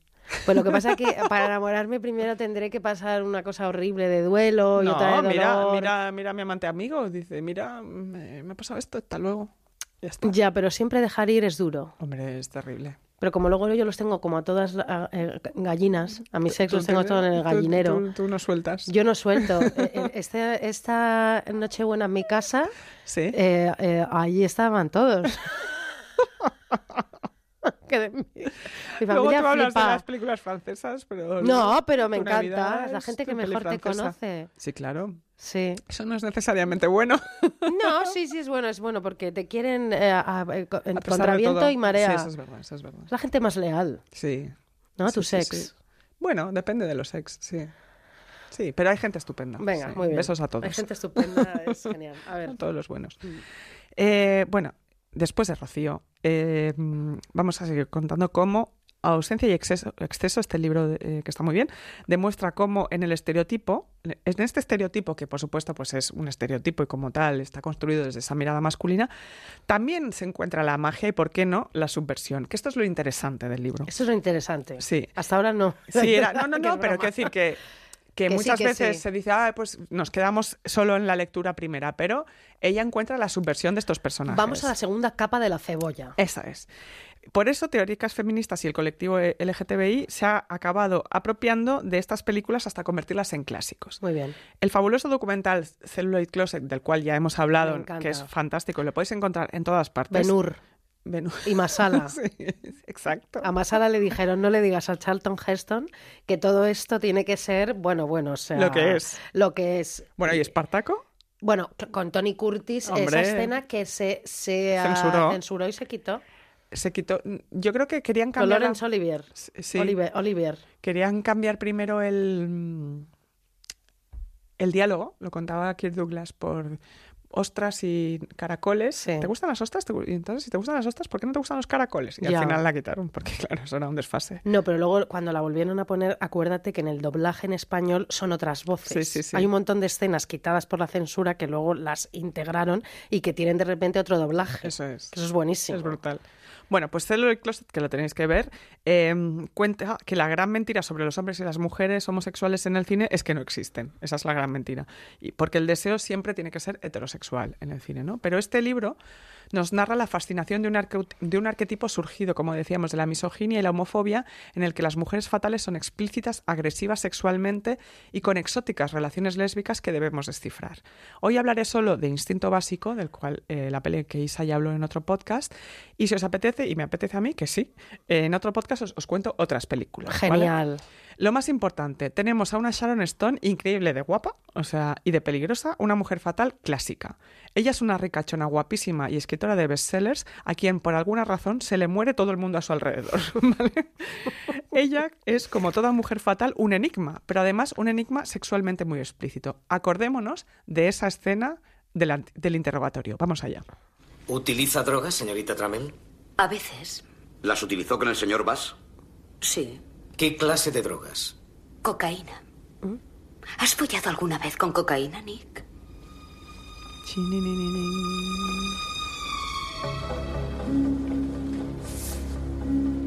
S3: Pues lo que pasa es que para enamorarme primero tendré que pasar una cosa horrible de duelo y otra
S4: No,
S3: de
S4: mira,
S3: dolor.
S4: mira, mira a mi amante amigo. Dice, mira, me, me ha pasado esto, hasta luego. Ya está.
S3: Ya, pero siempre dejar ir es duro.
S4: Hombre, es terrible.
S3: Pero como luego yo los tengo como a todas a- eh, gallinas, a mis ex los tengo todos en el
S4: Tú,
S3: gallinero.
S4: tú- tú no sueltas.
S3: Yo no suelto. Eh, eh, este- esta Nochebuena en mi casa,
S4: Sí.
S3: eh, eh, ahí estaban todos. Que de mi, mi
S4: Luego tú
S3: familia
S4: hablas de
S3: flipa.
S4: las películas francesas, pero...
S3: No, pero me
S4: tu
S3: encanta.
S4: Navidad
S3: Es la gente
S4: tu
S3: que
S4: peli
S3: mejor te
S4: francesa.
S3: conoce.
S4: Sí, claro.
S3: Sí.
S4: Eso no es necesariamente bueno.
S3: No, sí, sí, es bueno, es bueno, porque te quieren eh, a- a- co- en
S4: A pesar de
S3: contraviento
S4: todo.
S3: y
S4: Sí,
S3: marea.
S4: eso es verdad, eso es verdad.
S3: Es la gente más leal,
S4: Sí.
S3: ¿no?
S4: Sí,
S3: Tus
S4: sí,
S3: ex.
S4: sí. Bueno, depende de los ex, sí. Sí, pero hay gente estupenda.
S3: Venga,
S4: sí.
S3: muy bien.
S4: Besos a todos.
S3: Hay gente estupenda, es genial. A ver.
S4: A todos los buenos. Eh, bueno, después de Rocío, eh, mm, vamos a seguir contando cómo ausencia y exceso, exceso este libro de- eh, que está muy bien, demuestra cómo en el estereotipo, en este estereotipo que por supuesto pues es un estereotipo y como tal está construido desde esa mirada masculina, también se encuentra la magia y por qué no la subversión, que esto es lo interesante del libro.
S3: Eso es lo interesante.
S4: Sí.
S3: Hasta ahora no.
S4: Sí, era, no, no,
S3: Qué
S4: no, pero
S3: broma.
S4: quiero decir que, que
S3: Que sí,
S4: muchas
S3: que
S4: veces
S3: sí.
S4: se dice, ah, pues nos quedamos solo en la lectura primera, pero ella encuentra la subversión de estos personajes.
S3: Vamos a la segunda capa de la cebolla.
S4: Esa es. Por eso, teóricas feministas y el colectivo eh, LGTBI se ha acabado apropiando de estas películas hasta convertirlas en clásicos.
S3: Muy bien.
S4: El fabuloso documental Celluloid Closet, del cual ya hemos hablado,
S3: encanta.
S4: que es fantástico, y lo podéis encontrar en todas partes.
S3: Benur
S4: Benur.
S3: y Masala.
S4: Sí, exacto.
S3: A Masala le dijeron, no le digas a Charlton Heston que todo esto tiene que ser, bueno, bueno, o sea,
S4: Lo que es.
S3: Lo que es.
S4: Bueno, ¿y Espartaco?
S3: Bueno, con Tony Curtis, esa
S4: Hombre.
S3: escena que se, se ah,
S4: Censuró.
S3: censuró y se quitó.
S4: Se quitó. Yo creo que querían
S3: Con
S4: cambiar. la-
S3: Laurence Olivier.
S4: Sí.
S3: Oliver. Olivier.
S4: Querían cambiar primero el, mm, el diálogo, lo contaba Kirk Douglas, por ostras y caracoles.
S3: Sí.
S4: ¿Te gustan las ostras? ¿Te gu- y entonces, si te gustan las ostras, ¿por qué no te gustan los caracoles? Y
S3: Ya.
S4: al final la quitaron, porque claro, eso era un desfase.
S3: No, pero luego cuando la volvieron a poner, acuérdate que en el doblaje en español son otras voces.
S4: Sí, sí, sí.
S3: Hay un montón de escenas quitadas por la censura que luego las integraron y que tienen de repente otro doblaje.
S4: Eso es.
S3: Que eso es buenísimo.
S4: Es brutal. Bueno, pues Celluloid Closet, que lo tenéis que ver, eh, cuenta que la gran mentira sobre los hombres y las mujeres homosexuales en el cine es que no existen. Esa es la gran mentira. Y porque el deseo siempre tiene que ser heterosexual en el cine, ¿no? Pero este libro nos narra la fascinación de un, arqueu- de un arquetipo surgido, como decíamos, de la misoginia y la homofobia, en el que las mujeres fatales son explícitas, agresivas sexualmente y con exóticas relaciones lésbicas que debemos descifrar. Hoy hablaré solo de Instinto Básico, del cual eh, la peli que Isa ya habló en otro podcast, y si os apetece, y me apetece a mí, que sí, eh, en otro podcast os, os cuento otras películas. ¿vale?
S3: Genial.
S4: Lo más importante, tenemos a una Sharon Stone increíble de guapa, o sea, y de peligrosa, una mujer fatal clásica. Ella es una ricachona guapísima y escritora de bestsellers a quien por alguna razón se le muere todo el mundo a su alrededor. ¿vale? Ella es, como toda mujer fatal, un enigma, pero además un enigma sexualmente muy explícito. Acordémonos de esa escena del, ant- del interrogatorio. Vamos allá.
S7: ¿Utiliza drogas, señorita Tramel?
S8: A veces,
S7: ¿Las utilizó con el señor Bass?
S8: sí.
S7: ¿Qué clase de drogas?
S8: Cocaína. ¿Has follado alguna vez con cocaína, Nick?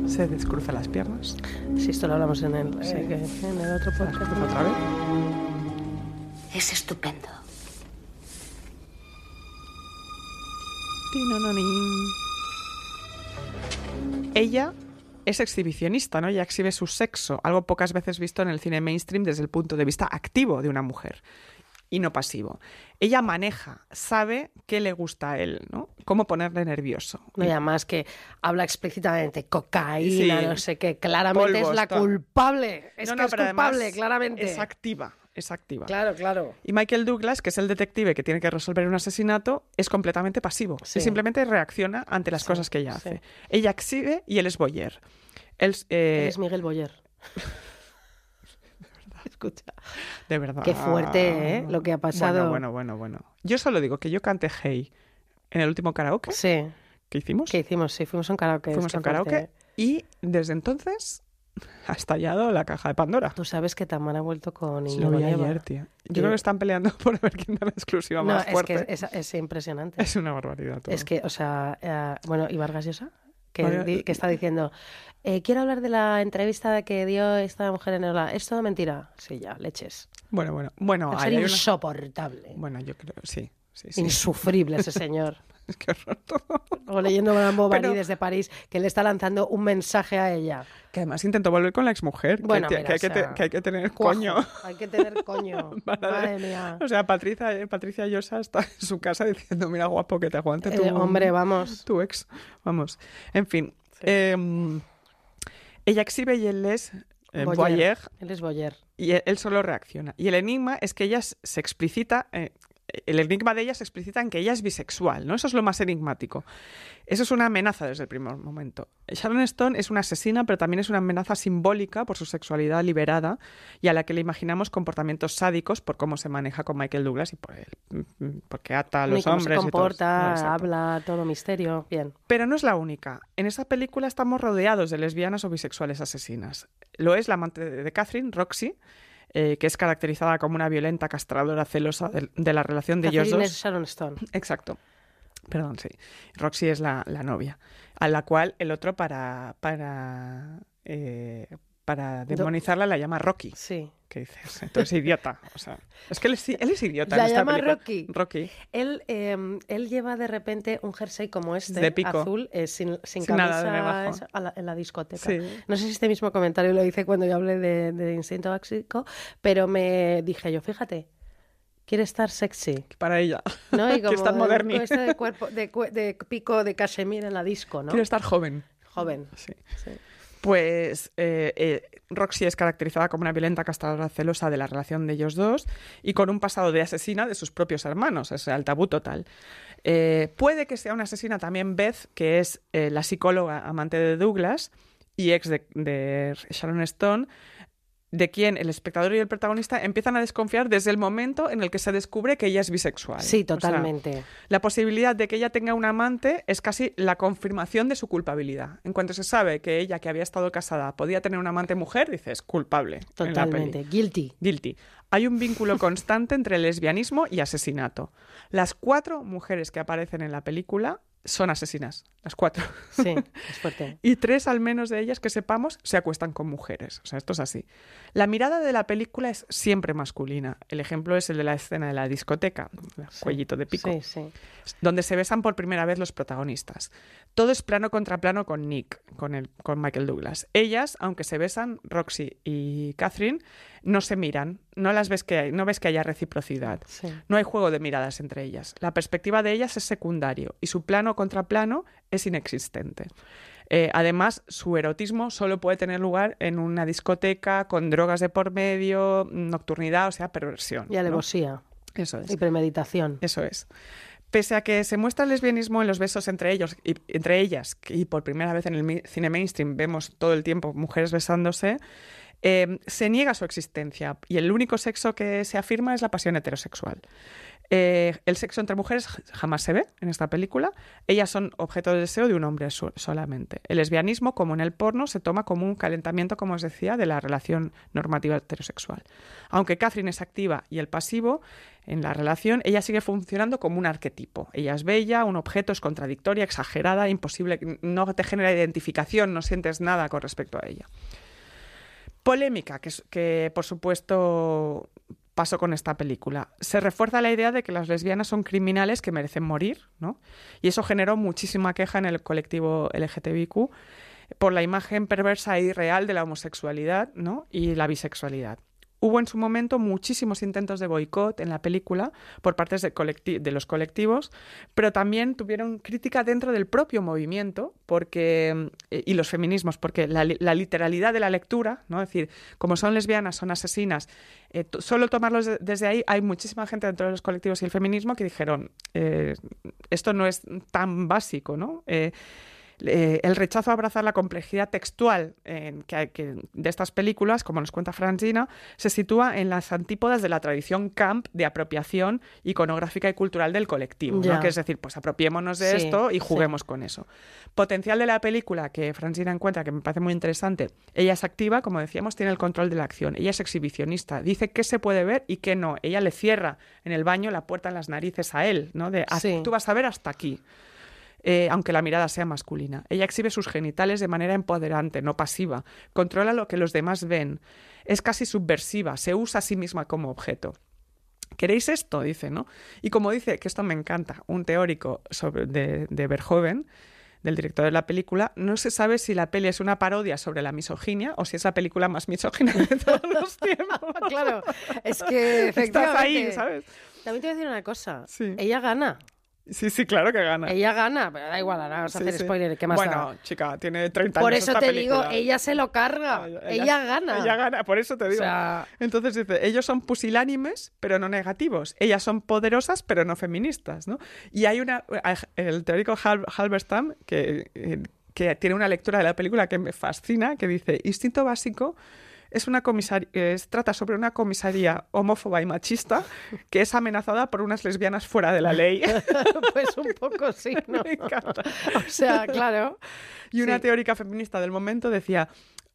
S4: Se descruza las piernas.
S3: Sí, esto lo hablamos en el, eh, que- en el otro podcast.
S4: Otra vez.
S8: Es estupendo.
S4: Ella es exhibicionista, ¿no? Ella exhibe su sexo, algo pocas veces visto en el cine mainstream desde el punto de vista activo de una mujer y no pasivo. Ella maneja, sabe qué le gusta a él, ¿no? Cómo ponerle nervioso.
S3: No, y además que habla explícitamente cocaína,
S4: Sí.
S3: no sé qué. Claramente
S4: Polvos,
S3: es la
S4: tal.
S3: culpable. Es
S4: No,
S3: que
S4: no,
S3: es
S4: pero
S3: culpable,
S4: además
S3: claramente.
S4: Es activa, es activa.
S3: Claro, claro.
S4: Y Michael Douglas, que es el detective que tiene que resolver un asesinato, es completamente pasivo.
S3: Sí.
S4: Y simplemente reacciona ante las cosas que ella hace. Ella exhibe y él es boyer. Él, eh,
S3: Eres Miguel Boyer. Escucha.
S4: De verdad.
S3: Qué fuerte, ¿eh? Lo que ha pasado.
S4: Bueno, bueno, bueno, bueno. Yo solo digo que yo canté Hey en el último karaoke
S3: Sí.
S4: que hicimos.
S3: ¿Qué hicimos? Sí, fuimos a un karaoke. es
S4: Fuimos
S3: que
S4: a un karaoke
S3: fuerte. ¿eh?
S4: y desde entonces ha estallado la caja de Pandora.
S3: Tú sabes que Tamara ha vuelto con
S4: Sí,
S3: Íñigo
S4: Lo vi
S3: Nieva.
S4: ayer, tía. Yo
S3: Yo-
S4: creo que están peleando por ver quién da la exclusiva
S3: No,
S4: más
S3: es
S4: fuerte.
S3: que
S4: es...
S3: es, es impresionante. Es,
S4: una barbaridad. todo.
S3: que, o sea, eh, bueno, ¿y Vargas Llosa? Que,
S4: Vargas-
S3: di- que está diciendo, eh, quiero hablar de la entrevista que dio esta mujer en Ola. ¿Es todo mentira? Sí, ya, leches.
S4: Bueno, bueno. Bueno,
S3: Va a
S4: ahí
S3: ser
S4: hay una-
S3: insoportable.
S4: bueno yo creo, sí. sí, sí.
S3: Insufrible ese señor.
S4: Es que horror todo.
S3: O leyendo Madame Bovary
S4: Pero-
S3: desde París, que le está lanzando un mensaje a ella.
S4: Que además intentó volver con la exmujer. que
S3: Bueno,
S4: hay que-
S3: mira,
S4: que, hay que
S3: o sea,
S4: te- que hay que tener
S3: Cuajo.
S4: coño.
S3: Hay que tener coño.
S4: Para de-
S3: Madre mía.
S4: O sea, Patricia, eh, Patricia Llosa está en su casa diciendo, mira, guapo, que te aguante tu,
S3: Eh, hombre, vamos.
S4: tu ex. Vamos. En fin. eh, ella exhibe y él es eh,
S3: Boyer.
S4: voyeur
S3: Él es Boyer.
S4: y él, él solo reacciona. Y el enigma es que ella s- se explicita, eh, el enigma de ella se explicita en que ella es bisexual, ¿no? Eso es lo más enigmático. Eso es una amenaza desde el primer momento. Sharon Stone es una asesina, pero también es una amenaza simbólica por su sexualidad liberada y a la que le imaginamos comportamientos sádicos por cómo se maneja con Michael Douglas y por él, mm, mm, porque ata a
S3: Ni
S4: los
S3: cómo
S4: hombres. y todo
S3: se
S4: eso.
S3: comporta,
S4: No, exacto.
S3: habla, todo misterio. Bien.
S4: Pero no es la única. En esta película estamos rodeados de lesbianas o bisexuales asesinas. Lo es la amante de de Catherine, Roxy, eh, que es caracterizada como una violenta castradora celosa del- de, la relación de ellos
S3: Catherine
S4: dos.
S3: es Sharon Stone.
S4: Exacto. Perdón, sí. Roxy es la, la novia, a la cual el otro para, para, eh, para demonizarla la llama Rocky.
S3: Sí.
S4: ¿Qué dices? Entonces, idiota. O sea, es que él es, él es idiota.
S3: La
S4: en esta
S3: llama
S4: película.
S3: Rocky.
S4: Rocky.
S3: Él, eh, él lleva de repente un jersey como este,
S4: De pico.
S3: azul, eh, sin, sin
S4: Sin nada
S3: camisa,
S4: debajo.
S3: eso, a la- en la discoteca.
S4: Sí.
S3: No sé si este mismo comentario lo hice cuando yo hablé de, de instinto básico, pero me dije yo, fíjate, quiere estar sexy.
S4: Para ella.
S3: ¿no? Y
S4: Quiero
S3: como
S4: estar
S3: el-
S4: moderni.
S3: con este de, cuerpo, de, cue- de pico de casemir en la disco, ¿no?
S4: Quiero estar joven.
S3: Joven.
S4: Sí.
S3: sí.
S4: Pues eh, eh, Roxy es caracterizada como una violenta castradora celosa de la relación de ellos dos y con un pasado de asesina de sus propios hermanos, es el tabú total. Eh, puede que sea una asesina también Beth, que es eh, la psicóloga amante de Douglas y ex de, de Sharon Stone, de quien el espectador y el protagonista empiezan a desconfiar desde el momento en el que se descubre que ella es bisexual.
S3: Sí,
S4: O sea,
S3: totalmente.
S4: la posibilidad de que ella tenga un amante es casi la confirmación de su culpabilidad. En cuanto se sabe que ella, que había estado casada, podía tener un amante mujer, dices, culpable. en la peli.
S3: totalmente. Guilty.
S4: Guilty. Hay un vínculo constante entre lesbianismo y asesinato. Las cuatro mujeres que aparecen en la película son asesinas. Las cuatro.
S3: Sí, es fuerte.
S4: Y tres al menos de ellas que sepamos se acuestan con mujeres. O sea, esto es así. La mirada de la película es siempre masculina. El ejemplo es el de la escena de la discoteca, el cuellito de pico
S3: Sí, sí.
S4: donde se besan por primera vez los protagonistas. Todo es plano contra plano con Nick, con, el, con Michael Douglas. Ellas, aunque se besan, Roxy y Catherine, no se miran, no las ves que hay- no ves que haya reciprocidad.
S3: sí.
S4: No hay juego de miradas entre ellas. La perspectiva de ellas es secundario y su plano contra plano es inexistente. Eh, además, su erotismo solo puede tener lugar en una discoteca con drogas de por medio, nocturnidad, o sea, perversión.
S3: Y
S4: ¿no?
S3: alevosía
S4: Eso es.
S3: y premeditación.
S4: Eso es. Pese a que se muestra el lesbianismo en los besos entre ellos y entre ellas, y por primera vez en el mi- cine mainstream vemos todo el tiempo mujeres besándose, eh, se niega su existencia y el único sexo que se afirma es la pasión heterosexual. Eh, el sexo entre mujeres j- jamás se ve en esta película. Ellas son objeto de deseo de un hombre so- solamente. El lesbianismo, como en el porno, se toma como un calentamiento, como os decía, de la relación normativa heterosexual. Aunque Catherine es activa y el pasivo en la relación, ella sigue funcionando como un arquetipo. Ella es bella, un objeto, es contradictoria, exagerada, imposible, no te genera identificación, no sientes nada con respecto a ella polémica que, es- que, por supuesto pasó con esta película. Se refuerza la idea de que las lesbianas son criminales que merecen morir, ¿no? Y eso generó muchísima queja en el colectivo LGTBIQ por la imagen perversa y real de la homosexualidad, ¿no? Y la bisexualidad. Hubo en su momento muchísimos intentos de boicot en la película por parte de, colecti- de los colectivos, pero también tuvieron crítica dentro del propio movimiento porque, eh, y los feminismos, porque la, li- la literalidad de la lectura, ¿no? es decir, como son lesbianas, son asesinas, eh, to- solo tomarlos de- desde ahí, hay muchísima gente dentro de los colectivos y el feminismo que dijeron, eh, esto no es tan básico, ¿no? Eh, eh, el rechazo a abrazar la complejidad textual eh, que, hay- que de estas películas, como nos cuenta Francina, se sitúa en las antípodas de la tradición camp de apropiación iconográfica y cultural del colectivo, ¿no?
S3: Ya.
S4: que es decir, pues apropiémonos de
S3: Sí,
S4: esto y
S3: sí.
S4: juguemos con eso. Potencial de la película que Francina encuentra, que me parece muy interesante, ella es activa, como decíamos, tiene el control de la acción, ella es exhibicionista, dice qué se puede ver y qué no, ella le cierra en el baño la puerta en las narices a él, ¿no? De, "Haz-
S3: Sí.
S4: tú vas a ver hasta aquí eh, aunque la mirada sea masculina. Ella exhibe sus genitales de manera empoderante, no pasiva, controla lo que los demás ven, es casi subversiva, se usa a sí misma como objeto. ¿Queréis esto? Dice, ¿no? Y como dice, que esto me encanta, un teórico sobre, de, de Verhoeven, del director de la película, no se sabe si la peli es una parodia sobre la misoginia o si es la película más misógina de todos los tiempos.
S3: Claro, es que
S4: Estás ahí,
S3: efectivamente.
S4: ¿sabes?
S3: También te voy a decir una cosa.
S4: Sí.
S3: Ella gana.
S4: Sí, sí, claro que gana.
S3: Ella gana, pero da igual, ahora vamos a
S4: Sí,
S3: hacer
S4: sí.
S3: spoiler. ¿Qué más da?
S4: Bueno, chica, tiene 30
S3: Por
S4: años
S3: eso
S4: esta
S3: te digo,
S4: película.
S3: ella se lo carga. Ella, gana.
S4: Ella gana, por eso te digo.
S3: sea-
S4: Entonces dice, ellos son pusilánimes, pero no negativos. Ellas son poderosas, pero no feministas, ¿no? Y hay una... El teórico Hal- Halberstam, que, eh, que tiene una lectura de la película que me fascina, que dice, instinto básico... Es una comisar- es- trata sobre una comisaría homófoba y machista que es amenazada por unas lesbianas fuera de la ley.
S3: pues un poco sí, ¿no?
S4: Me encanta.
S3: O sea, claro.
S4: Y una
S3: Sí.
S4: teórica feminista del momento decía,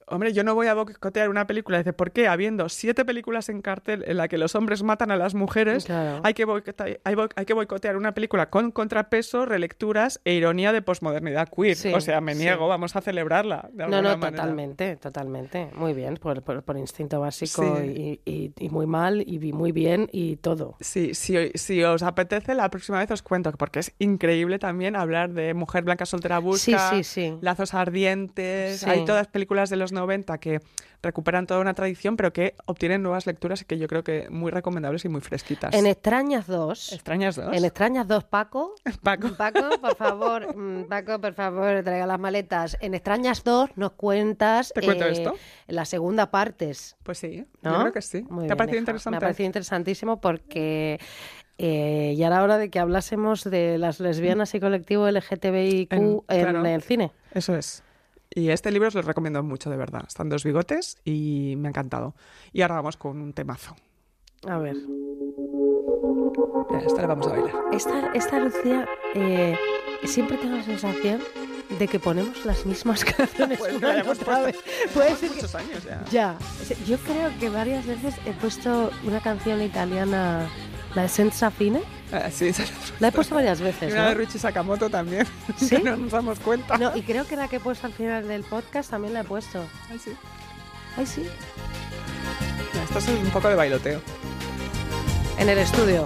S4: hombre, yo no voy a boicotear una película. Dice, ¿por qué? Habiendo siete películas en cartel en la que los hombres matan a las mujeres,
S3: Claro.
S4: hay, que boicota- hay bo- hay que boicotear una película con contrapeso, relecturas e ironía de posmodernidad queer.
S3: Sí,
S4: o sea, me
S3: sí.
S4: niego, vamos a celebrarla. de
S3: No,
S4: alguna
S3: no,
S4: manera.
S3: totalmente, totalmente. Muy bien, por, por, por instinto básico
S4: Sí.
S3: y, y- y muy mal y vi- muy bien y todo.
S4: Sí, si, si os apetece, la próxima vez os cuento, porque es increíble también hablar de Mujer Blanca Soltera Busca,
S3: Sí, sí, sí.
S4: Lazos Ardientes.
S3: Sí.
S4: Hay todas películas de los 90 que recuperan toda una tradición, pero que obtienen nuevas lecturas y que yo creo que muy recomendables y muy fresquitas.
S3: En Extrañas 2,
S4: Extrañas dos.
S3: en Extrañas 2, Paco.
S4: Paco.
S3: Paco, por favor, mm, Paco, por favor, traiga las maletas. En Extrañas 2 nos cuentas
S4: ¿Te
S3: eh,
S4: cuento esto?
S3: la segunda partes.
S4: Pues sí,
S3: ¿No?
S4: yo creo que sí. ¿Te
S3: Muy bien,
S4: ha parecido
S3: hija. Me
S4: interesante?
S3: ha parecido interesantísimo porque eh, ya era hora de que hablásemos de las lesbianas y colectivo LGTBIQ en,
S4: En- claro.
S3: el cine.
S4: Eso es. Y este libro os lo recomiendo mucho, de verdad. Están dos bigotes y me ha encantado. Y ahora vamos con un temazo.
S3: A ver.
S4: Mira, esta la vamos a bailar.
S3: Esta, esta Lucía, eh, siempre tengo la sensación de que ponemos las mismas canciones
S4: Pues
S3: una
S4: la
S3: y
S4: hemos
S3: otra vez.
S4: puesto
S3: Puede ser que...
S4: Muchos años ya.
S3: Ya. O sea, Yo creo que varias veces he puesto una canción italiana, la de Senza Fine.
S4: Ah, sí, esa es la otra.
S3: La he puesto varias
S4: Y
S3: veces,
S4: una de
S3: ¿no?
S4: Ruchi Sakamoto también.
S3: ¿Sí?
S4: que no nos damos cuenta.
S3: No, y creo que la que he puesto al final del podcast también la he puesto.
S4: Ay, sí.
S3: Ay, sí.
S4: Ya, Esto es un poco de bailoteo.
S3: En el estudio.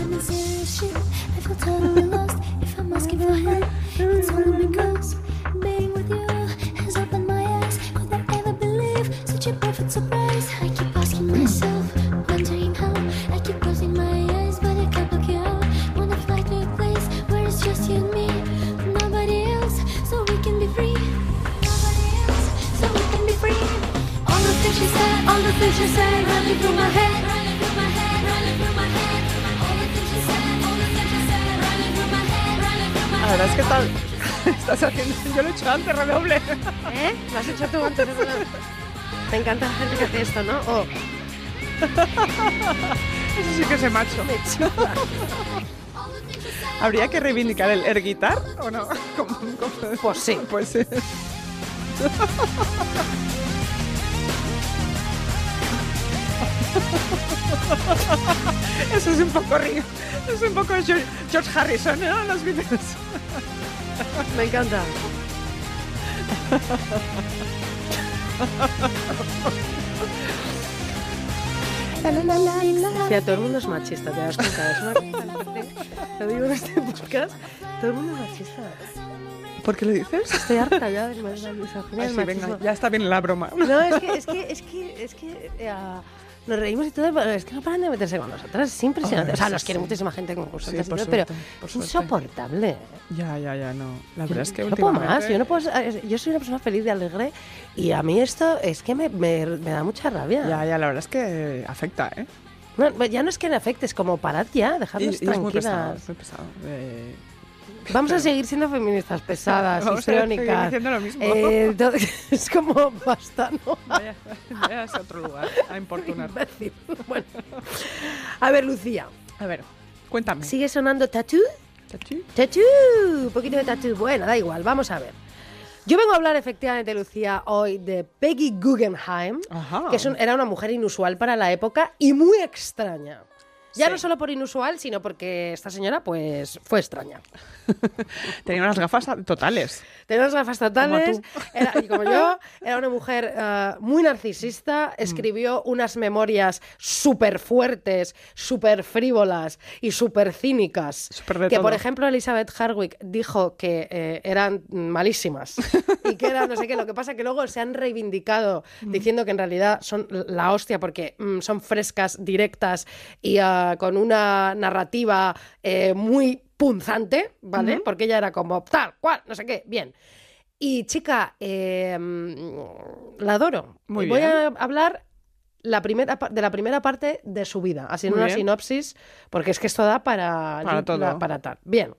S2: I'm in serious shit. I feel totally lost. If I'm asking for help, it's all in the ghost. Being with you has opened my eyes. Could I ever believe such a perfect surprise? I keep asking myself, wondering how. I keep closing my eyes, but I can't look you out. Wanna fly to a place where it's just you and me, nobody else, so we can be free. Nobody else, so we can be free. All the things she said, all the things she said, running through my head, running through my head, running through my head. All the things she said, all the things she said, running through my head, running through my
S4: La verdad es que está- estás haciendo. Yo lo he hecho antes, redoble.
S3: ¿Eh? Lo has hecho tú antes. ¿no? Me encanta la gente que hace esto, ¿no? Oh,
S4: Eso sí que es de macho. ¿Habría que reivindicar el air guitar o no? ¿Cómo- cómo-
S3: pues sí.
S4: Pues sí. Eso es un poco río. Es un poco George, George Harrison, ¿no? Los Beatles.
S3: Me encanta. Sí, todo el mundo es machista, te das cuenta. Es una... Lo digo en este podcast, todo el mundo es machista.
S4: ¿Por qué lo dices?
S3: Estoy harta ya de la misoginia
S4: Ay,
S3: del
S4: sí, venga,
S3: machismo.
S4: ya está bien la broma.
S3: No, es que, es que, es que, es que eh, nos reímos y todo, pero es que no paran de meterse con nosotras. Es impresionante.
S4: Ay,
S3: O sea,
S4: sí,
S3: nos quiere
S4: sí.
S3: muchísima gente como vosotras,
S4: Sí,
S3: y
S4: por
S3: todo,
S4: suerte,
S3: pero
S4: por
S3: es
S4: suerte.
S3: insoportable. ¿eh?
S4: Ya, ya, ya, no. La verdad es que
S3: Yo no puedo
S4: últimamente...
S3: más, yo no puedo, ser- eh, yo soy una persona feliz y alegre y a mí esto es que me, me- me da mucha rabia.
S4: Ya, ya, la verdad es que afecta, ¿eh?
S3: No, ya no es que me afecte, es como parad ya,
S4: Y,
S3: dejadnos
S4: y es muy pesado,
S3: tranquilas.
S4: es muy pesado. Eh,
S3: Vamos a seguir siendo feministas pesadas,
S4: Vamos a seguir
S3: histriónicas.
S4: haciendo lo mismo.
S3: Eh, todo- es como basta, ¿no?
S4: vaya, vaya a otro lugar a importunar.
S3: Imbécil. Bueno. A ver, Lucía.
S4: A ver, cuéntame.
S3: ¿Sigue sonando Tattoo?
S4: Chachi.
S3: Tattoo, un poquito de tattoo. Bueno, da igual, vamos a ver. Yo vengo a hablar efectivamente, Lucía, hoy de Peggy Guggenheim,
S4: Ajá.
S3: que es un- era una mujer inusual para la época y muy extraña. Ya no solo por inusual, sino porque esta señora pues fue extraña.
S4: Tenía unas gafas a- totales.
S3: Tenía unas gafas totales,
S4: Como tú.
S3: era- y como yo, era una mujer ah, muy narcisista,
S4: Mm.
S3: escribió unas memorias súper fuertes, súper frívolas y súper cínicas.
S4: Súper de
S3: que, por
S4: todo.
S3: ejemplo, Elizabeth Hardwick dijo que eh, eran malísimas y que era no sé qué. Lo que pasa que luego se han reivindicado
S4: Mm.
S3: diciendo que en realidad son la hostia porque mm, son frescas, directas y ah, con una narrativa eh, muy punzante, ¿vale? Porque ella era como tal, cual, no sé qué, bien. Y chica, eh, mm, la adoro.
S4: Muy
S3: Voy
S4: bien.
S3: a hablar la primera, pa- de la primera parte de su vida, así en
S4: Muy
S3: una
S4: bien.
S3: sinopsis, porque es que esto da para,
S4: Para
S3: li-
S4: todo.
S3: la- para tal. Bien.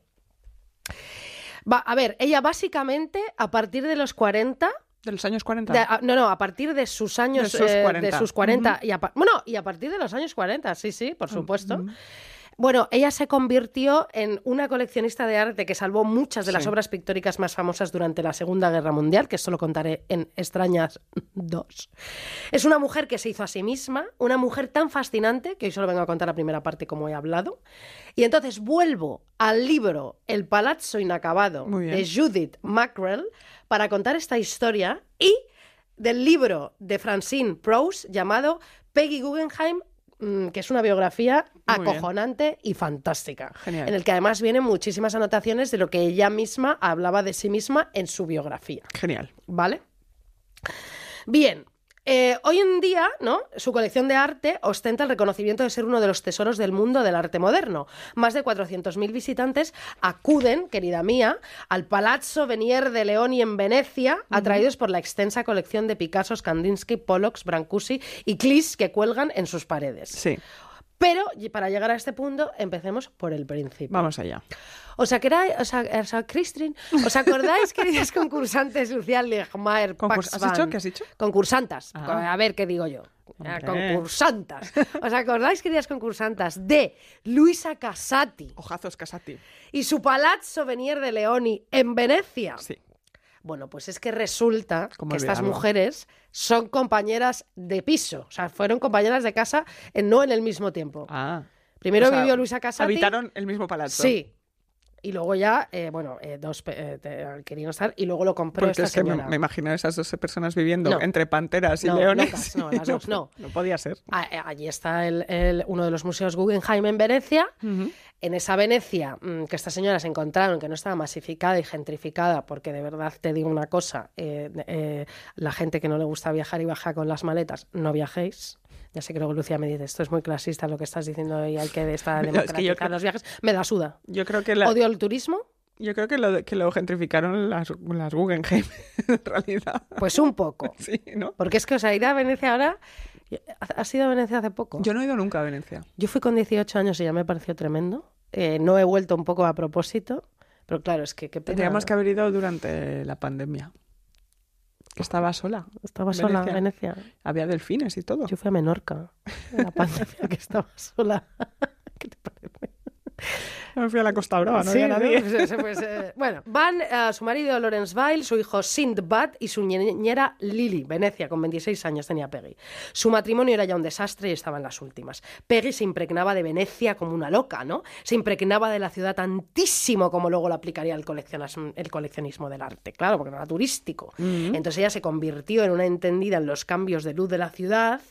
S3: Va, a ver, ella básicamente a partir de los 40,
S4: De los años 40.
S3: de- a- no, no, a partir de sus años
S4: De sus
S3: eh,
S4: 40.
S3: de sus 40 y a, pa- bueno, y a partir de los años 40, sí, sí, por supuesto. Bueno, ella se convirtió en una coleccionista de arte que salvó muchas de las
S4: Sí.
S3: obras pictóricas más famosas durante la Segunda Guerra Mundial, que esto lo contaré en Extrañas 2. Es una mujer que se hizo a sí misma, una mujer tan fascinante, que hoy solo vengo a contar la primera parte como he hablado. Y entonces vuelvo al libro El Palazzo Inacabado
S4: Muy bien.
S3: de Judith Mackrell para contar esta historia y del libro de Francine Prose llamado Peggy Guggenheim, mm, que es una biografía
S4: Muy bien.
S3: acojonante y fantástica.
S4: Genial.
S3: En el que además vienen muchísimas anotaciones de lo que ella misma hablaba de sí misma en su biografía.
S4: Genial.
S3: ¿Vale? Bien. eh, hoy en día, ¿no? Su colección de arte ostenta el reconocimiento de ser uno de los tesoros del mundo del arte moderno. Más de 400.000 visitantes acuden, querida mía, al Palazzo Venier de Leoni en Venecia, atraídos por la extensa colección de Picasso, Kandinsky, Pollux, Brancusi y Clis que cuelgan en sus paredes.
S4: Sí,
S3: Pero y para llegar a este punto, empecemos por el principio.
S4: vamos allá.
S3: ¿Os, acordáis, os, ac- os ac- Cristrin, ¿os acordáis, queridas concursantes, Lucía Ligmaer,
S4: Concurs-
S3: Pax
S4: ¿Has dicho?
S3: Van?
S4: ¿Qué has dicho?
S3: Concursantas.
S4: Ah.
S3: Co- A ver qué digo yo. Ah,
S4: Hombre.
S3: Concursantas. ¿Os acordáis, queridas concursantas, de Luisa Casati
S4: Ojazos Casati.
S3: y su Palazzo Venier de Leoni en Venecia?
S4: Sí.
S3: Bueno, pues es que resulta
S4: Cómo
S3: que estas
S4: olvidarlo.
S3: mujeres son compañeras de piso. O sea, fueron compañeras de casa eh, no en el mismo tiempo.
S4: Ah.
S3: Primero
S4: O sea,
S3: vivió Luisa Casati.
S4: Habitaron el mismo palazzo.
S3: Sí. Y luego ya, eh, bueno, eh, dos pe- eh, te- querían estar y luego lo compró
S4: Porque
S3: esta
S4: es que me,
S3: señora.
S4: me imagino a esas 12 personas viviendo
S3: No.
S4: entre panteras y
S3: No,
S4: leones.
S3: locas, no, las dos, no.
S4: No podía ser.
S3: A- eh, Allí está el- el- uno de los museos Guggenheim en Venecia. En esa Venecia mm, que estas señoras encontraron que no estaba masificada y gentrificada, porque de verdad te digo una cosa, eh, eh, la gente que no le gusta viajar y baja con las maletas, no viajéis. Ya sé que luego Lucía me dice, esto es muy clasista lo que estás diciendo y hay que estar
S4: No, es que yo
S3: democratizar
S4: creo-
S3: los viajes. Me da suda.
S4: Yo creo que, la-
S3: Odio el turismo,
S4: yo creo que, lo, que lo gentrificaron las, las Guggenheim, en realidad.
S3: pues un poco.
S4: Sí, ¿no?
S3: Porque es que, o sea, ir a Venecia ahora. ¿Has ido a Venecia hace poco?
S4: Yo no he ido nunca a Venecia.
S3: Yo fui con 18 años y ya me pareció tremendo. Eh, no he vuelto un poco a propósito. Pero claro, es que qué pena.
S4: Tendríamos que haber ido durante la pandemia. Que Estaba sola.
S3: Estaba sola en
S4: Venecia.
S3: Venecia.
S4: Había delfines y todo.
S3: Yo fui a Menorca. En la pandemia que estaba sola. ¿Qué te parece?
S4: Yo me fui a la Costa Brava, no había
S3: ¿no?
S4: nadie.
S3: Pues eso, pues, eh, bueno, van eh, su marido Lawrence Vail, su hijo Sindbad y su niñera Lily. Venecia, con 26 años tenía Peggy. Su matrimonio era ya un desastre y estaba en las últimas. Peggy se impregnaba de Venecia como una loca, ¿no? Se impregnaba de la ciudad tantísimo como luego lo aplicaría el, coleccionas- el coleccionismo del arte, claro, porque no era turístico. Entonces ella se convirtió en una entendida en los cambios de luz de la ciudad.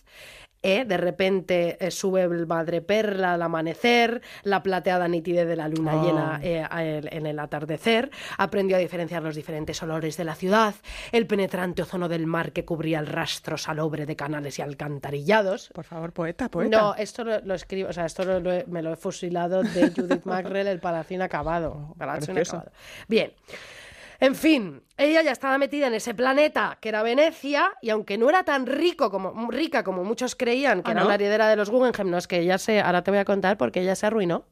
S3: ¿eh? De repente eh, sube el madreperla al amanecer, la plateada nitidez de la luna
S4: Ah.
S3: llena eh, a el- en el atardecer, aprendió a diferenciar los diferentes olores de la ciudad, el penetrante ozono del mar que cubría el rastro salobre de canales y alcantarillados.
S4: Por favor, poeta, Pues, poeta.
S3: No, esto lo, lo escribo, o sea, esto lo- lo he- me lo he fusilado de Judith Mackrell, el Palacín acabado. Palazzo
S4: precioso.
S3: Inacabado. Bien. En fin, ella ya estaba metida en ese planeta que era Venecia y aunque no era tan rico como rica como muchos creían que
S4: ¿Ah,
S3: era
S4: no?
S3: la heredera de los Guggenheim, no es que ella se, ahora te voy a contar porque ella se arruinó.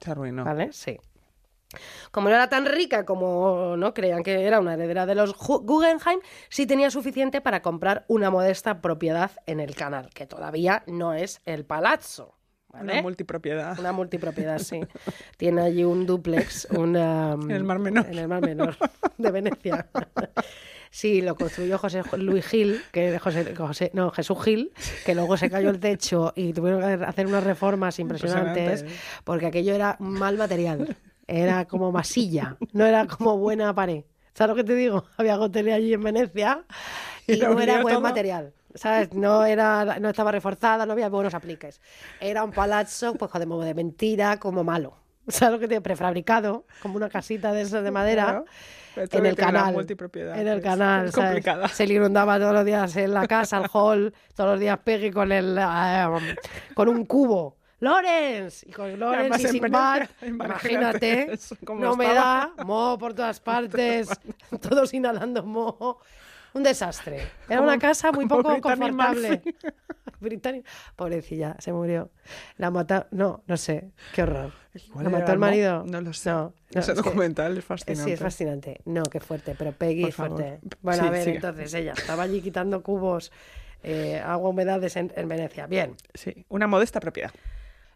S4: Se arruinó.
S3: ¿Vale? Sí. Como no era tan rica como no creían que era una heredera de los Ju- Guggenheim, sí tenía suficiente para comprar una modesta propiedad en el canal, que todavía no es el palazzo.
S4: Una multipropiedad.
S3: Una multipropiedad, sí. Tiene allí un dúplex, una... En
S4: el Mar Menor.
S3: En el Mar Menor, de Venecia. Sí, lo construyó José Ju- Luis Gil, que José, José- no, Jesús Gil, que luego se cayó el techo y tuvieron que hacer unas reformas impresionantes,
S4: Impresionante.
S3: porque aquello era mal material, era como masilla, no era como buena pared. ¿Sabes lo que te digo? Había gotería allí en Venecia y,
S4: Y lo
S3: no era
S4: unió
S3: buen
S4: todo.
S3: material. ¿Sabes? No, era, no estaba reforzada, no había buenos apliques. Era un palazzo, pues, joder, como de mentira, como malo. ¿Sabes lo que te digo? Prefabricado, como una casita de esas de madera
S4: Claro. Pero
S3: en
S4: tiene
S3: el
S4: que tener
S3: canal.
S4: multipropiedad, pues,
S3: En el
S4: es
S3: canal, ¿sabes?
S4: complicada.
S3: Se le inundaba todos los días en la casa, al hall, todos los días Peggy con el eh, con un cubo. ¡Lawrence! Y con Lawrence
S4: además
S3: y
S4: en
S3: sin
S4: Venecia,
S3: bar,
S4: imagínate
S3: imagínate,
S4: eso, cómo
S3: no me da,
S4: estaba.
S3: moho por todas partes, todos inhalando moho. Un desastre. Era
S4: Como-
S3: una casa muy
S4: como
S3: poco
S4: Brittany
S3: confortable.
S4: Murphy.
S3: Brittany- Pobrecilla, se murió. La mató. No, no sé. Qué horror.
S4: Igual
S3: ¿La
S4: era,
S3: mató el
S4: ¿no?
S3: marido?
S4: No lo sé.
S3: No, no,
S4: Ese
S3: es que-
S4: documental es fascinante.
S3: Sí, es fascinante. No, qué fuerte, pero Peggy
S4: Por
S3: es fuerte.
S4: favor.
S3: Bueno,
S4: Sí,
S3: a ver,
S4: sigue.
S3: entonces ella estaba allí quitando cubos, eh, agua, humedades en, en Venecia. Bien.
S4: Sí, una modesta propiedad.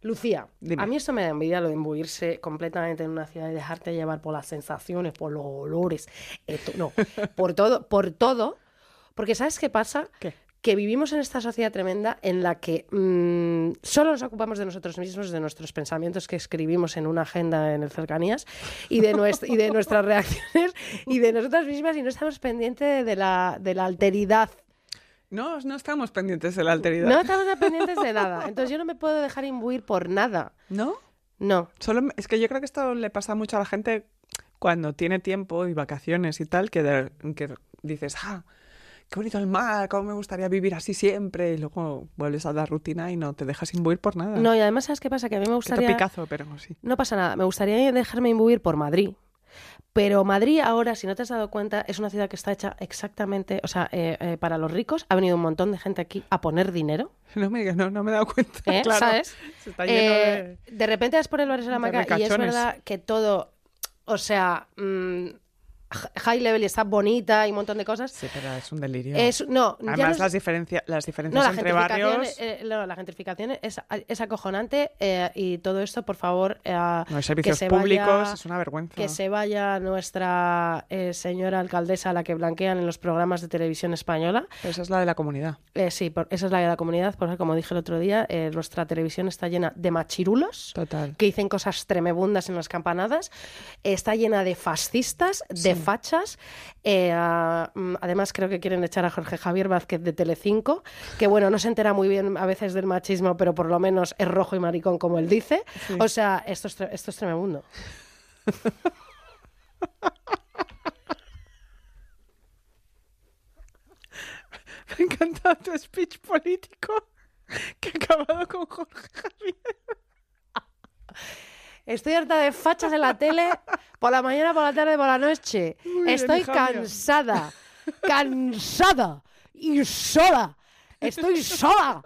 S3: Lucía,
S4: Dime.
S3: a mí esto me da envidia lo de imbuirse completamente en una ciudad y dejarte llevar por las sensaciones, por los olores, esto- no, por todo, por todo. Porque ¿sabes qué pasa?
S4: ¿Qué?
S3: Que vivimos en esta sociedad tremenda en la que mm, solo nos ocupamos de nosotros mismos, de nuestros pensamientos que escribimos en una agenda en el cercanías y de, nues- y de nuestras reacciones y de nosotras mismas y no estamos pendientes de la, de la alteridad
S4: No, no estamos pendientes de la alteridad.
S3: no estamos pendientes de nada. Entonces yo no me puedo dejar imbuir por nada.
S4: ¿No?
S3: No.
S4: Solo me- es que yo creo que esto le pasa mucho a la gente cuando tiene tiempo y vacaciones y tal, que, de- que dices, ah, qué bonito el mar, cómo me gustaría vivir así siempre, y luego vuelves a la rutina y no te dejas imbuir por nada.
S3: No, y además, ¿sabes qué pasa? Que a mí me
S4: Qué
S3: gustaría...
S4: topicazo, pero sí.
S3: No pasa nada. Me gustaría dejarme imbuir por Madrid. Pero Madrid ahora, si no te has dado cuenta, es una ciudad que está hecha exactamente, o sea, eh, eh, para los ricos. Ha venido un montón de gente aquí a poner dinero,
S4: No me digas, no, no me he dado cuenta.
S3: ¿eh?
S4: claro.
S3: ¿sabes?
S4: Se está lleno
S3: Eh, de... repente vas por el barrio de la y es
S4: ricachones.
S3: verdad que todo, o sea, mm, high level y está bonita y un montón de cosas.
S4: Sí, pero es un delirio.
S3: Es, no, ya no
S4: Además,
S3: es-
S4: las, diferencia- las
S3: No,
S4: diferencias
S3: la
S4: entre
S3: gentrificación,
S4: barrios...
S3: eh, no, la gentrificación es, es acojonante eh, y todo esto, por favor, eh,
S4: No hay servicios
S3: se
S4: públicos,
S3: vaya-
S4: es una vergüenza.
S3: Que se vaya nuestra eh, señora alcaldesa, a la que blanquean en los programas de televisión española.
S4: Pero Esa es la de la comunidad.
S3: Eh, sí, por- esa es la de la comunidad, porque como dije el otro día, eh, nuestra televisión está llena de machirulos
S4: Total.
S3: que dicen cosas tremebundas en las campanadas. Está llena de fascistas, de fachas. Eh, ah, mm, además, creo que quieren echar a Jorge Javier Vázquez de Telecinco, que bueno, no se entera muy bien a veces del machismo, pero por lo menos es rojo y maricón, como él dice. O sea, esto es, tre- esto es tremebundo.
S4: Me ha encantado tu speech político que ha acabado con Jorge Javier.
S3: Estoy harta de fachas en la tele por la mañana, por la tarde, por la noche.
S4: bien,
S3: Estoy
S4: hija mía.
S3: cansada, cansada y sola. Estoy sola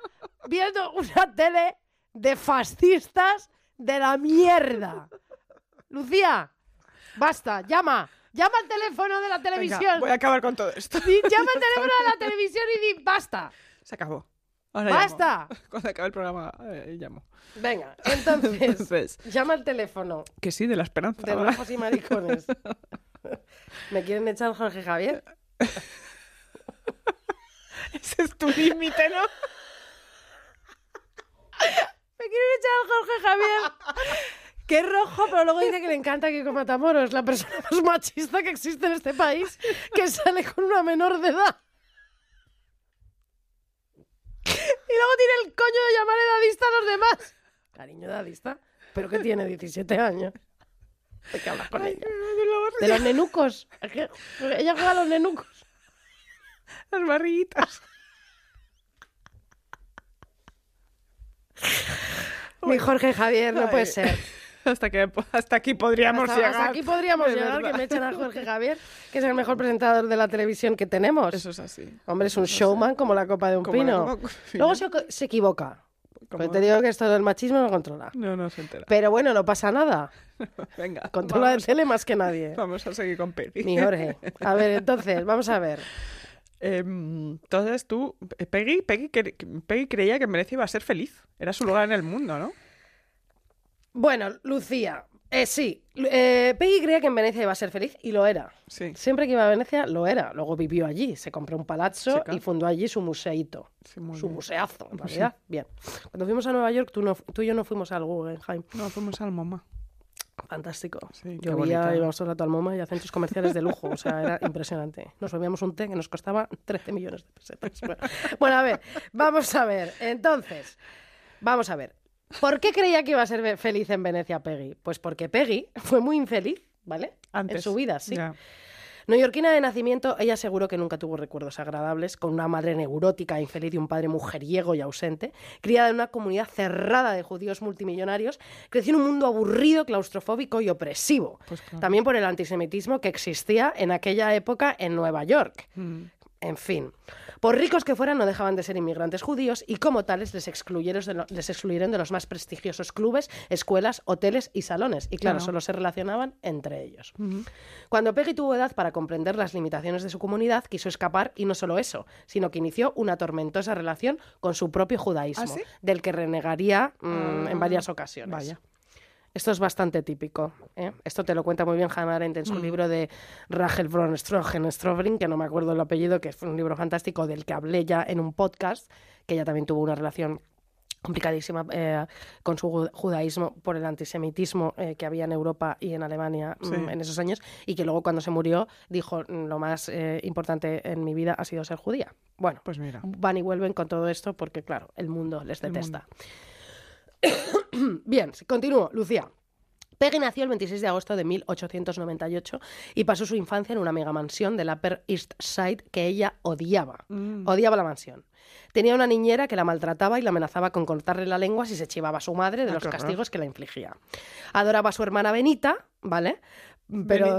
S3: viendo una tele de fascistas de la mierda. Lucía, basta, llama. Llama al teléfono de la
S4: Venga,
S3: televisión.
S4: voy a acabar con todo esto.
S3: Di- Llama al teléfono de la televisión y di basta.
S4: Se acabó. Ahora
S3: ¡Basta!
S4: llamo. Cuando acabe el programa, eh, llamo.
S3: Venga, entonces,
S4: Entonces,
S3: llama al teléfono.
S4: que sí, de la esperanza.
S3: De
S4: ¿verdad?
S3: rojos y maricones. ¿Me quieren echar Jorge Javier?
S4: Ese es tu límite, ¿no?
S3: ¿Me quieren echar al Jorge Javier? Que es rojo, pero luego dice que le encanta que coma tamoros, la persona más machista que existe en este país, que sale con una menor de edad. Y luego tiene el coño de llamar edadista a los demás. Cariño, edadista. Pero que tiene 17 años. ¿De qué hablas con ella? De los nenucos. Es que Ella juega a los nenucos.
S4: Las barriguitas.
S3: Mi Jorge Javier, no puede
S4: Ay.
S3: ser.
S4: Hasta, que, hasta aquí podríamos
S3: Hasta,
S4: llegar.
S3: hasta aquí podríamos
S4: de
S3: llegar,
S4: verdad.
S3: que me echen a Jorge Javier, que es el mejor presentador de la televisión que tenemos.
S4: Eso es así.
S3: Hombre, es un showman como la copa de un
S4: Como la
S3: pino.
S4: copa de un pino.
S3: Luego se, se equivoca.
S4: Como-
S3: Pero te digo que esto del machismo no controla.
S4: No, no se entera.
S3: Pero bueno, no pasa nada.
S4: Venga.
S3: Controla el tele más que nadie.
S4: Vamos a seguir con Peggy.
S3: Mi Jorge. A ver, entonces, vamos a ver.
S4: Em, entonces tú, eh, Peggy, Peggy, cre- Peggy creía que en Venecia iba a ser feliz. Era su lugar en el mundo, ¿no?
S3: Bueno, Lucía, eh, sí. Lu- eh, Peggy creía que en Venecia iba a ser feliz y lo era.
S4: Sí,
S3: Siempre que iba a Venecia, lo era. Luego vivió allí, se compró un
S4: Sí,
S3: palazzo
S4: claro.
S3: y fundó allí su museito.
S4: sí, muy
S3: Su
S4: bien.
S3: museazo, en realidad. Bien. Cuando fuimos a Nueva York, tú, no, tú y yo no fuimos al Guggenheim.
S4: No, fuimos al MoMA.
S3: Fantástico.
S4: Sí, qué bonito.
S3: Llovía, íbamos todo el rato al MoMA y a centros comerciales de lujo. O sea, era impresionante. Nos bebíamos un té que nos costaba 13 millones de pesetas. Bueno, bueno, a ver, vamos a ver. Entonces, vamos a ver. ¿Por qué creía que iba a ser ve- feliz en Venecia Peggy? Pues porque Peggy fue muy infeliz, ¿vale?
S4: Antes.
S3: En su vida, sí.
S4: Ya.
S3: Neoyorquina de nacimiento, ella aseguró que nunca tuvo recuerdos agradables, con una madre neurótica, infeliz y un padre mujeriego y ausente. Criada en una comunidad cerrada de judíos multimillonarios, creció en un mundo aburrido, claustrofóbico y opresivo.
S4: Pues claro.
S3: También por el antisemitismo que existía en aquella época en Nueva York.
S4: Mm.
S3: En fin, por ricos que fueran no dejaban de ser inmigrantes judíos y como tales les excluyeron de, lo- les excluyeron de los más prestigiosos clubes, escuelas, hoteles y salones. Y claro,
S4: Claro.
S3: solo se relacionaban entre ellos. Cuando Peggy tuvo edad para comprender las limitaciones de su comunidad, quiso escapar y no solo eso, sino que inició una tormentosa relación con su propio judaísmo,
S4: ¿Ah, sí? Ah,
S3: del que renegaría mm, en varias ocasiones.
S4: Vaya.
S3: Esto es bastante típico. ¿eh? Esto te lo cuenta muy bien Hannah Arendt en
S4: Mm.
S3: su libro de Rachel von Strogen Strobring, que no me acuerdo el apellido, que fue un libro fantástico del que hablé ya en un podcast, que ella también tuvo una relación complicadísima eh, con su ju- judaísmo por el antisemitismo eh, que había en Europa y en Alemania
S4: Sí.
S3: mm, en esos años, y que luego cuando se murió dijo, lo más eh, importante en mi vida ha sido ser judía. Bueno,
S4: Pues mira.
S3: van y vuelven con todo esto porque, claro, el mundo les
S4: El
S3: detesta. Bien, continúo, Lucía. Peggy nació el 26 de agosto de 1898 y pasó su infancia en una mega mansión del Upper East Side que ella odiaba.
S4: Mm.
S3: Odiaba la mansión. Tenía una niñera que la maltrataba y la amenazaba con cortarle la lengua si se chivaba a su madre de
S4: Ah,
S3: los
S4: qué horror.
S3: castigos que la infligía. Adoraba a su hermana Benita, ¿vale? Mm, Pero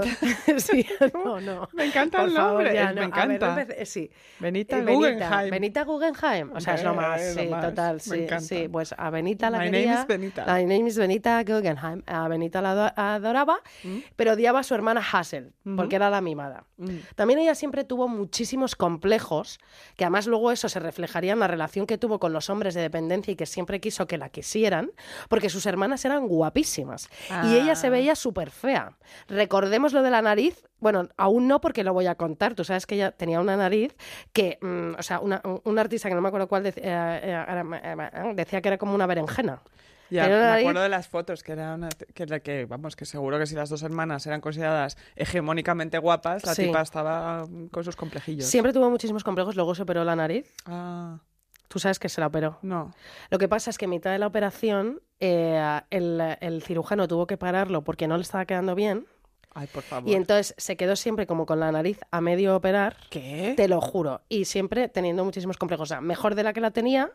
S3: sí, no, no.
S4: Me encanta
S3: Por
S4: el
S3: favor,
S4: nombre, Eh,
S3: ya,
S4: me
S3: no. A ver,
S4: encanta.
S3: no empece- sí.
S4: Benita
S3: Eh,
S4: Guggenheim.
S3: Benita Guggenheim. O sea, es lo
S4: Hombre,
S3: más,
S4: es lo
S3: sí,
S4: más.
S3: total,
S4: Me
S3: sí,
S4: encanta.
S3: sí. Pues a Benita la
S4: My name
S3: quería.
S4: is Benita.
S3: La My name is Benita Guggenheim. A Benita la ado- adoraba,
S4: ¿Mm?
S3: pero odiaba a su hermana Hassel, porque era la mimada.
S4: Mm.
S3: También ella siempre tuvo muchísimos complejos, que además luego eso se reflejaría en la relación que tuvo con los hombres de dependencia y que siempre quiso que la quisieran, porque sus hermanas eran guapísimas y ella se
S4: Ah.
S3: veía súper fea. Recordemos lo de la nariz. Bueno, aún no porque lo voy a contar. Tú sabes que ella tenía una nariz que, mm, o sea, una- un, un artista que no me acuerdo cuál dec- eh, eh, ahora me- eh, me- decía que era como una berenjena.
S4: Ya,
S3: Pero la
S4: me
S3: nariz-
S4: acuerdo de las fotos que eran que, la que vamos que seguro que si las dos hermanas eran consideradas hegemónicamente guapas, la
S3: Sí.
S4: tipa estaba mm, con sus complejillos.
S3: Siempre tuvo muchísimos complejos, luego se operó la nariz.
S4: Ah,
S3: Tú sabes que se la operó.
S4: no.
S3: Lo que pasa es que en mitad de la operación eh, el, el cirujano tuvo que pararlo porque no le estaba quedando bien
S4: Ay, por favor.
S3: y entonces se quedó siempre como con la nariz a medio operar.
S4: ¿Qué?
S3: Te lo juro. Y siempre teniendo muchísimos complejos. O sea, mejor de la que la tenía,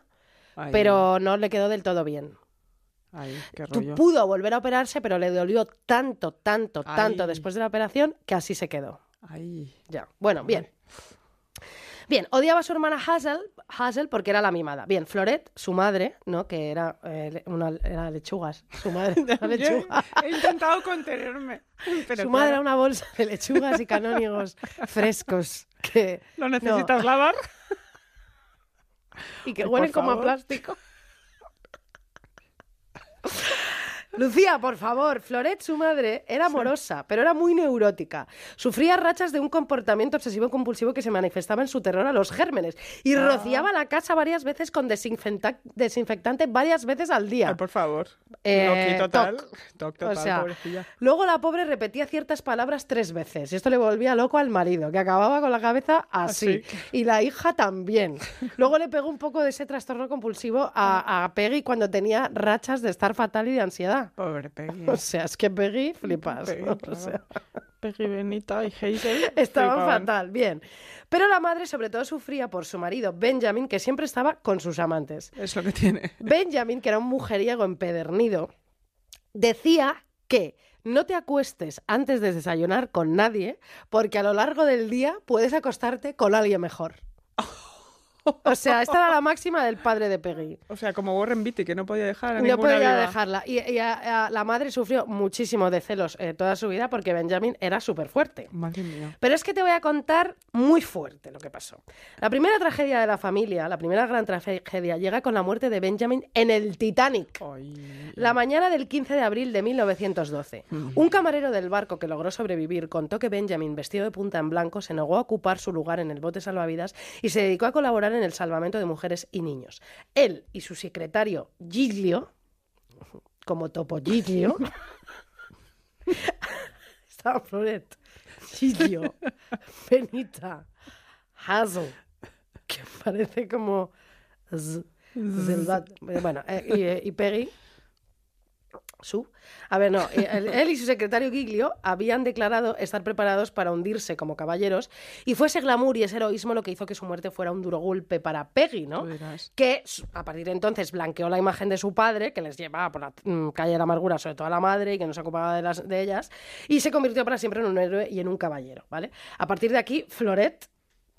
S4: Ay,
S3: pero no le quedó del todo bien.
S4: ay, qué
S3: Tú
S4: rollo.
S3: pudo volver a operarse, pero le dolió tanto, tanto, tanto
S4: Ay.
S3: después de la operación que así se quedó.
S4: Ay.
S3: Ya. Bueno, bien. Bien, odiaba a su hermana Hazel, Hazel porque era la mimada. Bien, Floret, su madre, ¿no? Que era eh, le- una era lechugas, su madre, era
S4: Yo
S3: lechuga.
S4: he intentado contenerme. Pero
S3: su madre era
S4: claro,
S3: una bolsa de lechugas y canónigos frescos que
S4: ¿Lo necesitas lavar?
S3: y que
S4: Ay,
S3: huelen
S4: por
S3: como a
S4: favor.
S3: plástico. Lucía, por favor, Floret, su madre, era amorosa, pero era muy neurótica. Sufría rachas de un comportamiento obsesivo-compulsivo que se manifestaba en su terror a los gérmenes y
S4: Ah.
S3: rociaba la casa varias veces con desinfecta- desinfectante varias veces al día.
S4: Ay, por favor.
S3: Eh,
S4: Loqui total.
S3: toc.
S4: Toc total,
S3: o sea,
S4: pobrecilla.
S3: luego la pobre repetía ciertas palabras tres veces y esto le volvía loco al marido, que acababa con la cabeza así.
S4: Así.
S3: Y la hija también. Luego le pegó un poco de ese trastorno compulsivo a, a Peggy cuando tenía rachas de estar fatal y de ansiedad.
S4: Pobre Peggy.
S3: O sea, es que Peggy flipas.
S4: Peggy,
S3: ¿no? O
S4: claro.
S3: sea,
S4: Peggy Benita y Hazel.
S3: estaban
S4: flipaban.
S3: fatal, bien. Pero la madre sobre todo sufría por su marido, Benjamin, que siempre estaba con sus amantes.
S4: Es lo que tiene.
S3: Benjamin, que era un mujeriego empedernido, decía que no te acuestes antes de desayunar con nadie, porque a lo largo del día puedes acostarte con alguien mejor. O sea, esta era la máxima del padre de Peggy.
S4: O sea, como Warren Beatty, que no podía dejar a
S3: No
S4: ninguna
S3: podía
S4: viva.
S3: dejarla. Y, y a- a- la madre sufrió muchísimo de celos eh, toda su vida porque Benjamin era súper fuerte.
S4: Madre mía.
S3: Pero es que te voy a contar muy fuerte lo que pasó. La primera tragedia de la familia, la primera gran tragedia, llega con la muerte de Benjamin en el Titanic. La mañana del 15 de abril de 1912, un camarero del barco que logró sobrevivir contó que Benjamin, vestido de punta en blanco, se negó a ocupar su lugar en el bote salvavidas y se dedicó a colaborar en el salvamento de mujeres y niños. Él y su secretario Giglio, como Topo Giglio, estaba Floret, Giglio, Benita, Hazel, que parece como... Z- Zelda- bueno, eh, y, eh, y Peggy, su. A ver, no. eh, Él, él y su secretario Giglio habían declarado estar preparados para hundirse como caballeros y fue ese glamour y ese heroísmo lo que hizo que su muerte fuera un duro golpe para Peggy, ¿no?
S4: Tú dirás.
S3: Que su- a partir de entonces blanqueó la imagen de su padre, que les llevaba por la mm, calle de la amargura, sobre todo a la madre, y que no se ocupaba de, las, de ellas, y se convirtió para siempre en un héroe y en un caballero, ¿vale? A partir de aquí, Floret.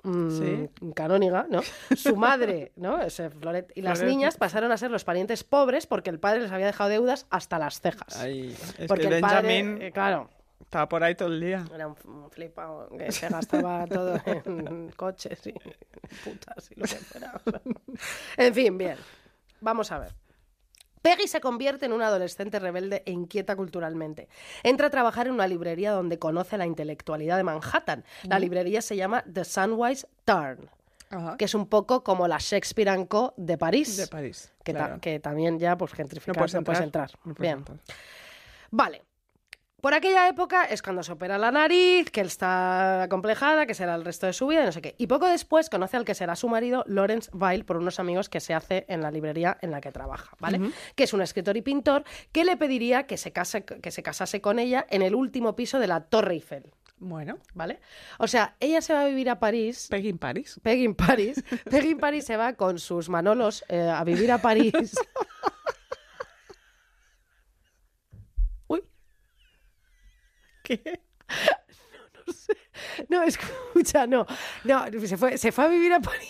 S3: mm,
S4: Sí.
S3: canóniga, ¿no? Su madre, ¿no? Ese Floret. Y las
S4: Floret.
S3: niñas pasaron a ser los parientes pobres porque el padre les había dejado deudas hasta las cejas.
S4: Ay, es
S3: Porque
S4: que
S3: el padre,
S4: Benjamin
S3: eh, claro,
S4: estaba por ahí todo el día.
S3: era un f- un flipado que se gastaba todo en coches y putas y lo que fuera. o sea. En fin, bien. Vamos a ver. Peggy se convierte en una adolescente rebelde e inquieta culturalmente. Entra a trabajar en una librería donde conoce la intelectualidad de Manhattan. La librería se llama The Sunwise Turn, que es un poco como la Shakespeare and Co. de París.
S4: De París.
S3: Que, ta-
S4: claro.
S3: que también ya, pues gentrificar, no puedes entrar.
S4: no puedes
S3: Bien.
S4: entrar.
S3: Vale. Por aquella época es cuando se opera la nariz, que él está complejada, que será el resto de su vida, y no sé qué. Y poco después conoce al que será su marido, Lawrence Vail, por unos amigos que se hace en la librería en la que trabaja, ¿vale? Que es un escritor y pintor que le pediría que se, case- que se casase con ella en el último piso de la Torre Eiffel,
S4: Bueno,
S3: ¿vale? O sea, ella se va a vivir a París
S4: Peggy en París.
S3: Peggy en París. Peggy en París se va con sus manolos eh, a vivir a París. Uy. ¿Qué? No, no sé. No, escucha, no. No, se fue, se fue a vivir a París.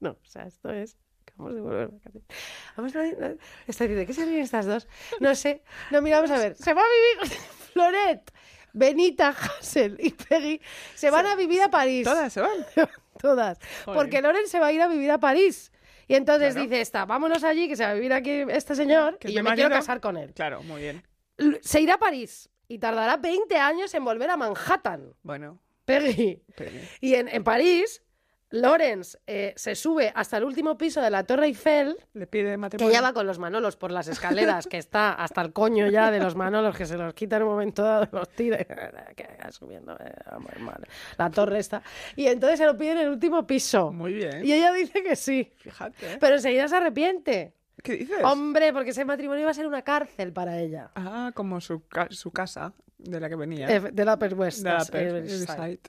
S3: No, o sea, esto es. Vamos a volver a vacaciones. Vamos a ver- Está diciendo, ¿de qué sirven estas dos? No sé. No, mira, vamos a ver. Se va a vivir Floret, Benita, Hassel y Peggy. Se van a vivir a París.
S4: Todas se van.
S3: Todas.
S4: Jolín.
S3: Porque Loren se va a ir a vivir a París. Y entonces dice esta, vámonos allí, que se va a vivir aquí este señor
S4: Que
S3: y
S4: es
S3: yo
S4: mi
S3: me quiero
S4: marido.
S3: casar con él.
S4: Claro, muy bien.
S3: L- Se irá a París y tardará 20 años en volver a Manhattan,
S4: Bueno,
S3: Peggy.
S4: Peggy.
S3: Y en, en París, Lawrence eh, se sube hasta el último piso de la Torre Eiffel,
S4: Le pide
S3: que
S4: matrimonio.
S3: ya va con los manolos por las escaleras, que está hasta el coño ya de los manolos, que se los quita en un momento dado, los tira y- que va subiendo eh, vamos, madre, la torre está. Y entonces se lo pide en el último piso.
S4: Muy bien.
S3: Y ella dice que sí,
S4: Fíjate. ¿eh?
S3: pero enseguida se arrepiente.
S4: ¿Qué dices?
S3: Hombre, porque ese matrimonio iba a ser una cárcel para ella.
S4: Ah, como su, ca- su casa de la que venía.
S3: Eh, De la eh, Upper West.
S4: de la
S3: Side,
S4: per-
S3: Upper West Side.
S4: Side.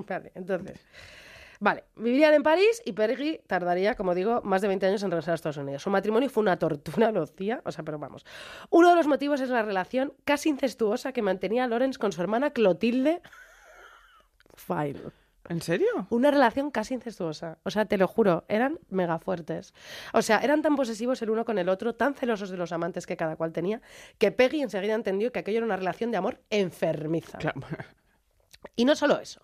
S3: Vale, entonces. Vale, vivirían en París y Peggy tardaría, como digo, más de 20 años en regresar a Estados Unidos. Su matrimonio fue una tortura, lo decía, o sea, pero vamos. Uno de los motivos es la relación casi incestuosa que mantenía Lawrence con su hermana Clotilde File.
S4: ¿En serio?
S3: Una relación casi incestuosa. O sea, te lo juro, eran mega fuertes. O sea, eran tan posesivos el uno con el otro, tan celosos de los amantes que cada cual tenía, que Peggy enseguida entendió que aquello era una relación de amor enfermiza.
S4: Claro.
S3: Y no solo eso.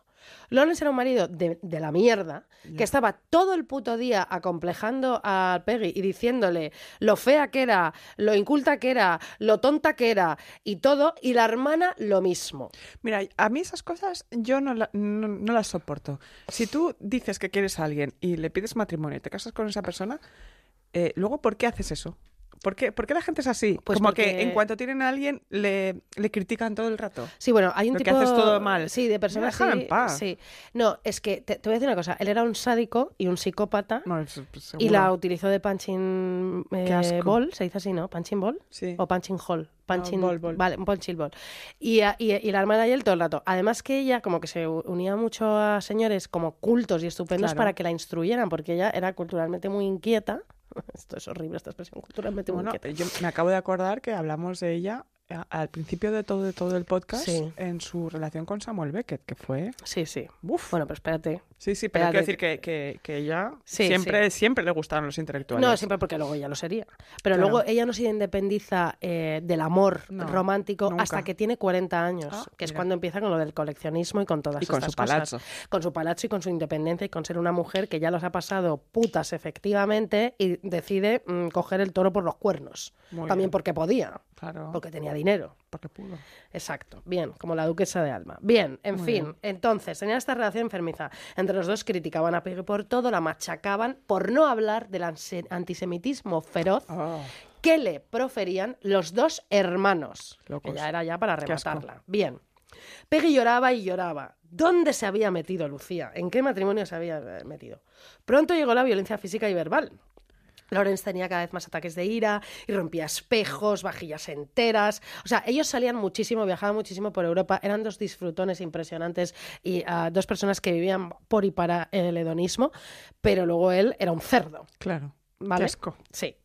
S3: Lawrence era un marido de, de la mierda que estaba todo el puto día acomplejando a Peggy y diciéndole lo fea que era, lo inculta que era, lo tonta que era y todo, y la hermana lo mismo.
S4: Mira, a mí esas cosas yo no, la- no, no las soporto. Si tú dices que quieres a alguien y le pides matrimonio y te casas con esa persona, eh, luego, ¿por qué haces eso? ¿Por qué, por qué la gente es así?
S3: Pues
S4: como
S3: porque-
S4: que en cuanto tienen a alguien le, le critican todo el rato.
S3: Sí, bueno, hay un
S4: Lo que
S3: tipo...
S4: haces todo mal.
S3: Sí, de personas...
S4: Déjalo
S3: sí,
S4: en paz.
S3: sí. No, es que te, te voy a decir una cosa. Él era un sádico y un psicópata
S4: No, es- es seguro.
S3: y la utilizó de punching eh,
S4: Qué asco.
S3: ball, se dice así, ¿no? Punching ball.
S4: Sí.
S3: O punching hall. Punching,
S4: ball, ball.
S3: Vale, un punching ball. Y, a- y- y la hermana y él todo el rato. Además que ella como que se u- unía mucho a señores como cultos y estupendos
S4: Claro.
S3: para que la instruyeran, porque ella era culturalmente muy inquieta. Esto es horrible, esta expresión, culturalmente muy
S4: Bueno,
S3: inquieta.
S4: yo me acabo de acordar que hablamos de ella a- al principio de todo, de todo el podcast
S3: Sí.
S4: en su relación con Samuel Beckett, que fue...
S3: Sí, sí. Bueno, pero espérate.
S4: Sí, sí, pero quiero
S3: Espérate.
S4: decir que, que, que ella
S3: Sí,
S4: siempre, siempre le gustaron los intelectuales.
S3: No, siempre porque luego ella lo sería. Pero
S4: Claro.
S3: luego ella no se independiza eh, del amor
S4: No,
S3: romántico
S4: nunca.
S3: hasta que tiene 40 años,
S4: Ah,
S3: que es
S4: mira.
S3: cuando empieza con lo del coleccionismo y con todas
S4: Y con
S3: estas
S4: su
S3: cosas.
S4: palazzo.
S3: Con su palazzo y con su independencia y con ser una mujer que ya los ha pasado putas efectivamente y decide mm, coger el toro por los cuernos.
S4: Muy
S3: También
S4: bien. Ah.
S3: porque podía,
S4: Claro,
S3: porque tenía dinero.
S4: porque pudo.
S3: Exacto, bien, como la duquesa de Alma. Bien, en fin, entonces, tenían esta relación enfermiza. Entre los dos criticaban a Peggy por todo, la machacaban por no hablar del anse- antisemitismo feroz
S4: Ah,
S3: que le proferían los dos hermanos.
S4: Locos.
S3: Que ya era ya para
S4: Qué asco.
S3: rematarla. Bien. Peggy lloraba y lloraba. ¿Dónde se había metido Lucía? ¿En qué matrimonio se había eh, metido? Pronto llegó la violencia física y verbal. Lawrence tenía cada vez más ataques de ira y rompía espejos, vajillas enteras. O sea, ellos salían muchísimo, viajaban muchísimo por Europa, eran dos disfrutones impresionantes y ah, dos personas que vivían por y para el hedonismo, pero luego él era un cerdo.
S4: claro.
S3: ¿Vale?
S4: Qué asco.
S3: Sí.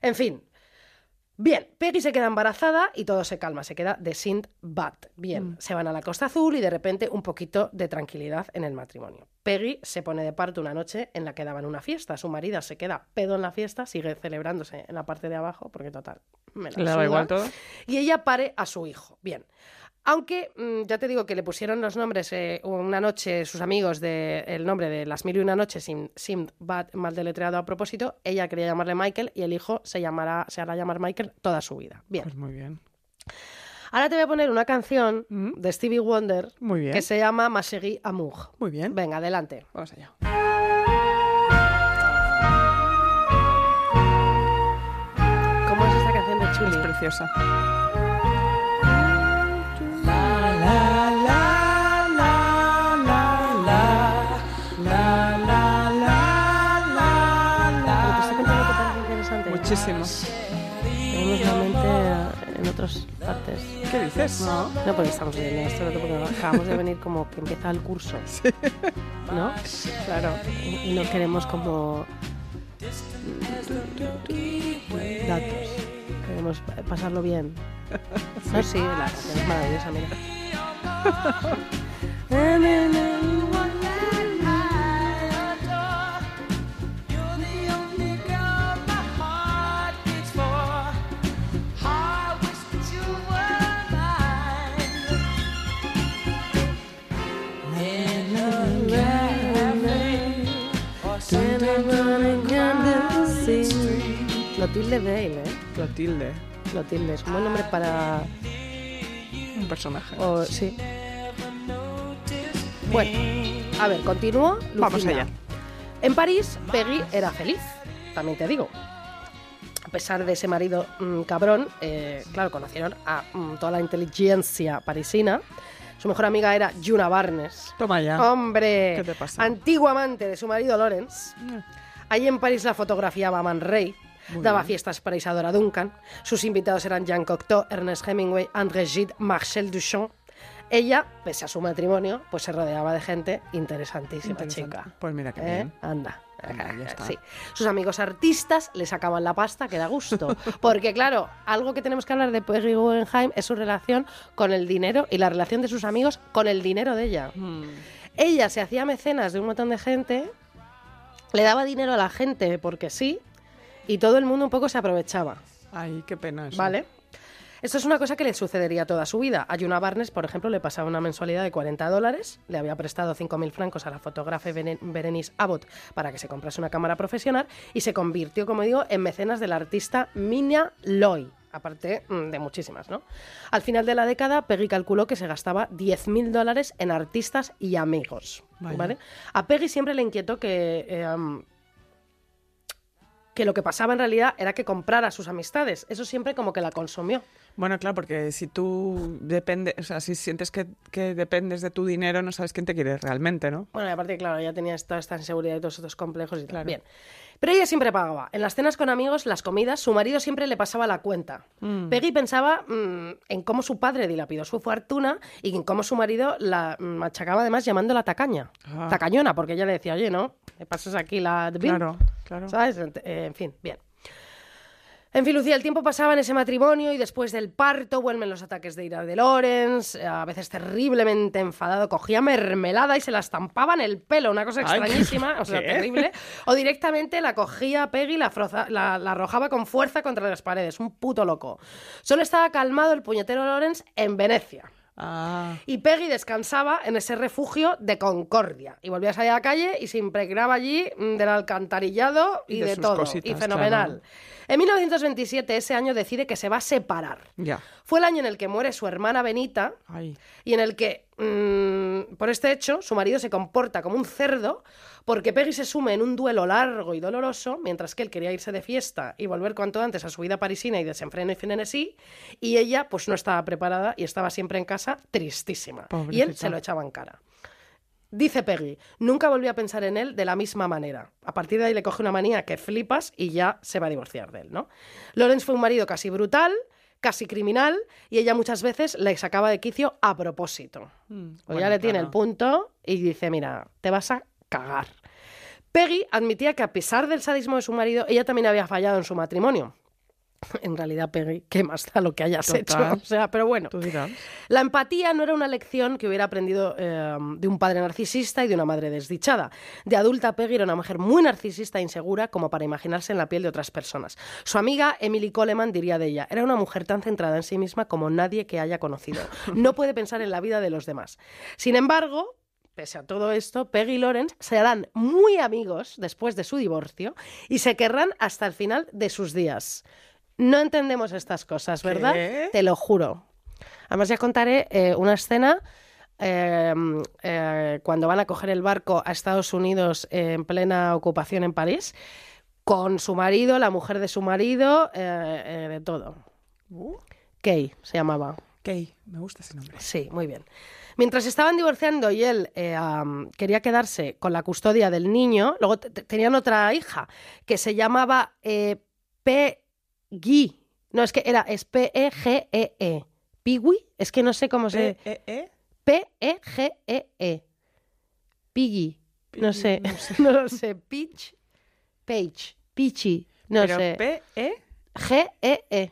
S3: En fin. Bien, Peggy se queda embarazada y todo se calma, se queda de Sindbad.
S4: Mm.
S3: Bien, se van a la Costa Azul y de repente un poquito de tranquilidad en el matrimonio. Peggy se pone de parte una noche en la que daban una fiesta. Su marido se queda pedo en la fiesta, sigue celebrándose en la parte de abajo, porque total, me la
S4: Le daba
S3: suda
S4: igual todo.
S3: y ella pare a su hijo. Bien. Aunque mm, ya te digo que le pusieron los nombres eh, una noche sus amigos de el nombre de las mil y una noches sin Sinbad mal deletreado a propósito, ella quería llamarle Michael y el hijo se llamará se hará llamar Michael toda su vida. Bien.
S4: Pues muy bien.
S3: Ahora te voy a poner una canción
S4: Mm.
S3: de Stevie Wonder
S4: Muy bien.
S3: que se llama Masegui Amour.
S4: Muy bien.
S3: Venga, adelante.
S4: Vamos allá.
S3: ¿Cómo es esta canción de
S4: Es
S3: Chuli?
S4: preciosa.
S3: Pero te estoy contando cosas interesantes.
S4: Muchísimo.
S3: Tenemos la mente, eh, en otras partes.
S4: ¿Qué dices? No.
S3: No, porque estamos en esto, no, porque acabamos de venir como que empieza el curso. ¿No? Claro. Y, y no queremos como. datos. Queremos pa- pasarlo bien. No, sí, la canción es maravillosa, mira. Clotilde Bale, ¿eh?
S4: Clotilde.
S3: Clotilde es un buen nombre para.
S4: Un personaje.
S3: o- sí. Bueno, a ver, continúo.
S4: Vamos
S3: Lucinda.
S4: allá.
S3: En París, Peggy era feliz, también te digo. A pesar de ese marido mm, cabrón, eh, claro, conocieron a mm, toda la inteligencia parisina. Su mejor amiga era Juna Barnes.
S4: Toma ya.
S3: Oh, ¡Hombre!
S4: ¿Qué te pasa?
S3: Antigua amante de su marido Lawrence. Allí en París la fotografiaba Man Ray. Daba fiestas para Isadora Duncan. Sus invitados eran Jean Cocteau, Ernest Hemingway, André Gide, Marcel Duchamp. Ella, pese a su matrimonio, pues se rodeaba de gente interesantísima,
S4: Interesante.
S3: chica.
S4: Pues mira qué
S3: ¿Eh?
S4: bien.
S3: Anda. Eh,
S4: Anda, ya está.
S3: Sí. Sus amigos artistas le sacaban la pasta, que da gusto. Porque, claro, algo que tenemos que hablar de Peggy Guggenheim es su relación con el dinero y la relación de sus amigos con el dinero de ella.
S4: Hmm.
S3: Ella se hacía mecenas de un montón de gente, le daba dinero a la gente porque sí, y todo el mundo un poco se aprovechaba.
S4: Ay, qué pena eso.
S3: ¿Vale? Esto es una cosa que le sucedería toda su vida. A Juna Barnes, por ejemplo, le pasaba una mensualidad de 40 dólares, le había prestado 5.000 francos a la fotógrafa Beren- Berenice Abbott para que se comprase una cámara profesional y se convirtió, como digo, en mecenas del artista Minia Loy, aparte mm, de muchísimas, ¿no? Al final de la década, Peggy calculó que se gastaba 10.000 dólares en artistas y amigos,
S4: Vaya.
S3: ¿vale? A Peggy siempre le inquietó que... eh, um, que lo que pasaba en realidad era que comprara sus amistades. Eso siempre como que la consumió.
S4: Bueno, claro, porque si tú depende, o sea, si sientes que, que dependes de tu dinero, no sabes quién te quiere realmente, ¿no?
S3: Bueno, y aparte, claro, ya tenías toda esta inseguridad y todos estos complejos y tal.
S4: Claro.
S3: Bien. Pero ella siempre pagaba. En las cenas con amigos, las comidas, su marido siempre le pasaba la cuenta. Peggy pensaba mm, en cómo su padre dilapidó su fortuna y en cómo su marido la mm, machacaba además llamándola tacaña.
S4: Ah.
S3: Tacañona, porque ella le decía, oye, ¿no? Me pasas aquí la... de bill".
S4: Claro, claro.
S3: ¿Sabes? Ent- eh, en fin, bien. En fin, Lucía, el tiempo pasaba en ese matrimonio y después del parto vuelven los ataques de ira de Lorenz, a veces terriblemente enfadado, cogía mermelada y se la estampaba en el pelo, una cosa
S4: Ay,
S3: extrañísima, o sea,
S4: ¿qué?
S3: terrible. O directamente la cogía a Peggy y la, froza- la- la arrojaba con fuerza contra las paredes, un puto loco. Solo estaba calmado el puñetero Lorenz en Venecia.
S4: Ah.
S3: Y Peggy descansaba en ese refugio de Concordia. Y volvía a salir a la calle y se impregnaba allí mm, del alcantarillado y,
S4: Y de
S3: de
S4: sus
S3: todo.
S4: cositas,
S3: y fenomenal. En 1927, ese año, decide que se va a separar.
S4: Ya.
S3: Fue el año en el que muere su hermana Benita
S4: Ay.
S3: y en el que, mm, por este hecho, su marido se comporta como un cerdo porque Peggy se sume en un duelo largo y doloroso, mientras que él quería irse de fiesta y volver cuanto antes a su vida parisina y desenfreno y frenesí, y ella pues no estaba preparada y estaba siempre en casa tristísima. Y él
S4: Pobrecita.
S3: se lo echaba en cara. Dice Peggy, nunca volví a pensar en él de la misma manera. A partir de ahí le coge una manía que flipas y ya se va a divorciar de él, ¿no? Lawrence fue un marido casi brutal, casi criminal, y ella muchas veces le sacaba de quicio a propósito.
S4: Mm,
S3: o Pues ya le tiene el punto y dice, mira, te vas a cagar. Peggy admitía que a pesar del sadismo de su marido, ella también había fallado en su matrimonio. En realidad, Peggy, ¿qué más da lo que hayas
S4: Total.
S3: hecho? O sea, pero bueno.
S4: Tú dirás.
S3: La empatía no era una lección que hubiera aprendido eh, de un padre narcisista y de una madre desdichada. De adulta, Peggy era una mujer muy narcisista e insegura como para imaginarse en la piel de otras personas. Su amiga Emily Coleman diría de ella, era una mujer tan centrada en sí misma como nadie que haya conocido. No puede pensar en la vida de los demás. Sin embargo... Pese a todo esto, Peggy y Lawrence se harán muy amigos después de su divorcio y se querrán hasta el final de sus días. No entendemos estas cosas, ¿verdad?
S4: ¿Qué?
S3: Te lo juro. Además, ya contaré eh, una escena eh, eh, cuando van a coger el barco a Estados Unidos eh, en plena ocupación en París, con su marido, la mujer de su marido, eh, eh, de todo. Kay se llamaba.
S4: Kay, me gusta ese nombre.
S3: Sí, muy bien. Mientras estaban divorciando y él eh, am, quería quedarse con la custodia del niño, luego te- te- tenían otra hija que se llamaba eh, Peggy. No, es que era, es E P-E-G-E-E. Pigui, es que no sé cómo se... E
S4: Eh, eh.
S3: P-E-G-E-E. E. Piggy. No sé. No lo sé. Peach. Page. Pichi. No
S4: Pero
S3: sé. E
S4: P-E,
S3: G-E-E.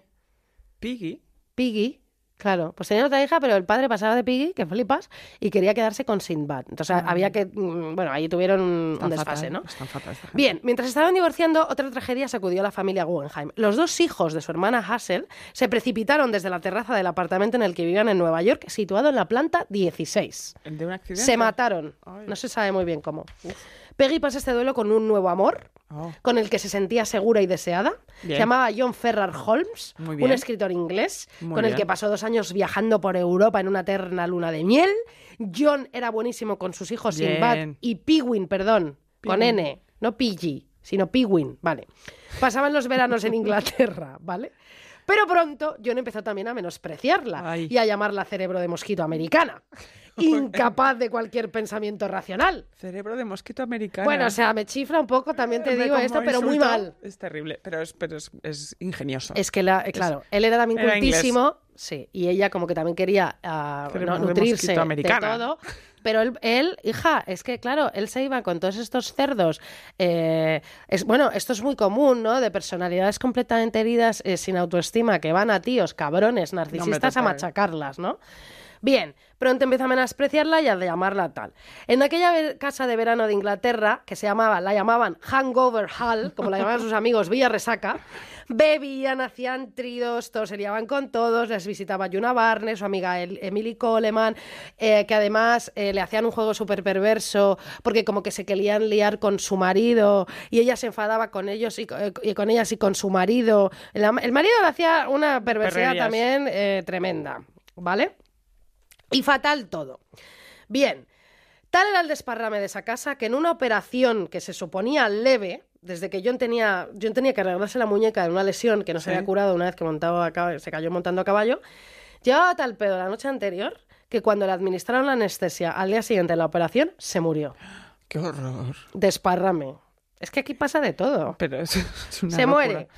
S4: Piggy.
S3: Piggy. Claro, pues tenía otra hija, pero el padre pasaba de Piggy, que flipas, y quería quedarse con Sinbad. Entonces había que. mm, Bueno, ahí tuvieron un, un
S4: Tan
S3: desfase,
S4: fatal,
S3: ¿no?
S4: Están fatal esta gente.
S3: Bien, mientras estaban divorciando, otra tragedia sacudió a la familia Guggenheim. Los dos hijos de su hermana Hassel se precipitaron desde la terraza del apartamento en el que vivían en Nueva York, situado en la planta 16.
S4: ¿El de un accidente?
S3: Se mataron.
S4: Ay.
S3: No se sabe muy bien cómo. Peggy pasa este duelo con un nuevo amor,
S4: Oh.
S3: con el que se sentía segura y deseada.
S4: Bien.
S3: Se llamaba John Ferrar Holmes,
S4: Muy
S3: un
S4: bien.
S3: escritor inglés,
S4: Muy
S3: con el que
S4: bien.
S3: pasó dos años viajando por Europa en una eterna luna de miel. John era buenísimo con sus hijos
S4: Bien.
S3: Sinbad y Pigwin, perdón, con
S4: Pigwin.
S3: N, no Piggy, sino Pigwin, vale. Pasaban los veranos en Inglaterra, ¿vale? Pero pronto John empezó también a menospreciarla
S4: Ay.
S3: y a llamarla cerebro de mosquito americana, incapaz de cualquier pensamiento racional.
S4: Cerebro de mosquito americano.
S3: Bueno, o sea, me chifla un poco, también te
S4: Hombre,
S3: digo
S4: como
S3: esto, pero muy
S4: insulto,
S3: mal.
S4: Es terrible, pero es, pero es, es ingenioso.
S3: Es que, la, eh, claro, él era también
S4: Era inglés.
S3: cultísimo, sí, y ella como que también quería ah,
S4: Cerebro
S3: no,
S4: de
S3: nutrirse
S4: mosquito
S3: de
S4: americana.
S3: todo. Pero él, él, hija, es que claro, él se iba con todos estos cerdos. eh, es, bueno, esto es muy común, ¿no? De personalidades completamente heridas, eh, sin autoestima, que van a tíos, cabrones, narcisistas, a
S4: total.
S3: machacarlas, ¿no? Bien, pronto empieza a menospreciarla y a llamarla tal. En aquella ve- casa de verano de Inglaterra, que se llamaba, la llamaban Hangover Hall, como la llamaban sus amigos Villa Resaca, bebían, hacían tridos, toseriaban con todos, les visitaba Juna Barnes, su amiga El- Emily Coleman, eh, que además eh, le hacían un juego súper perverso, porque como que se querían liar con su marido, y ella se enfadaba con ellos y, co- eh, y con ellas y con su marido. La- el marido le hacía una perversidad
S4: Perrerías.
S3: también eh, tremenda, ¿vale? Y fatal todo. Bien, tal era el desparrame de esa casa que en una operación que se suponía leve, desde que John tenía, John tenía que arreglarse la muñeca de una lesión que no se
S4: Sí.
S3: había curado una vez que montaba a cab- se cayó montando a caballo, llevaba tal pedo la noche anterior que cuando le administraron la anestesia al día siguiente de la operación, se murió.
S4: Qué horror.
S3: Desparrame. Es que aquí pasa de todo.
S4: Pero es, es una
S3: se
S4: locura.
S3: muere.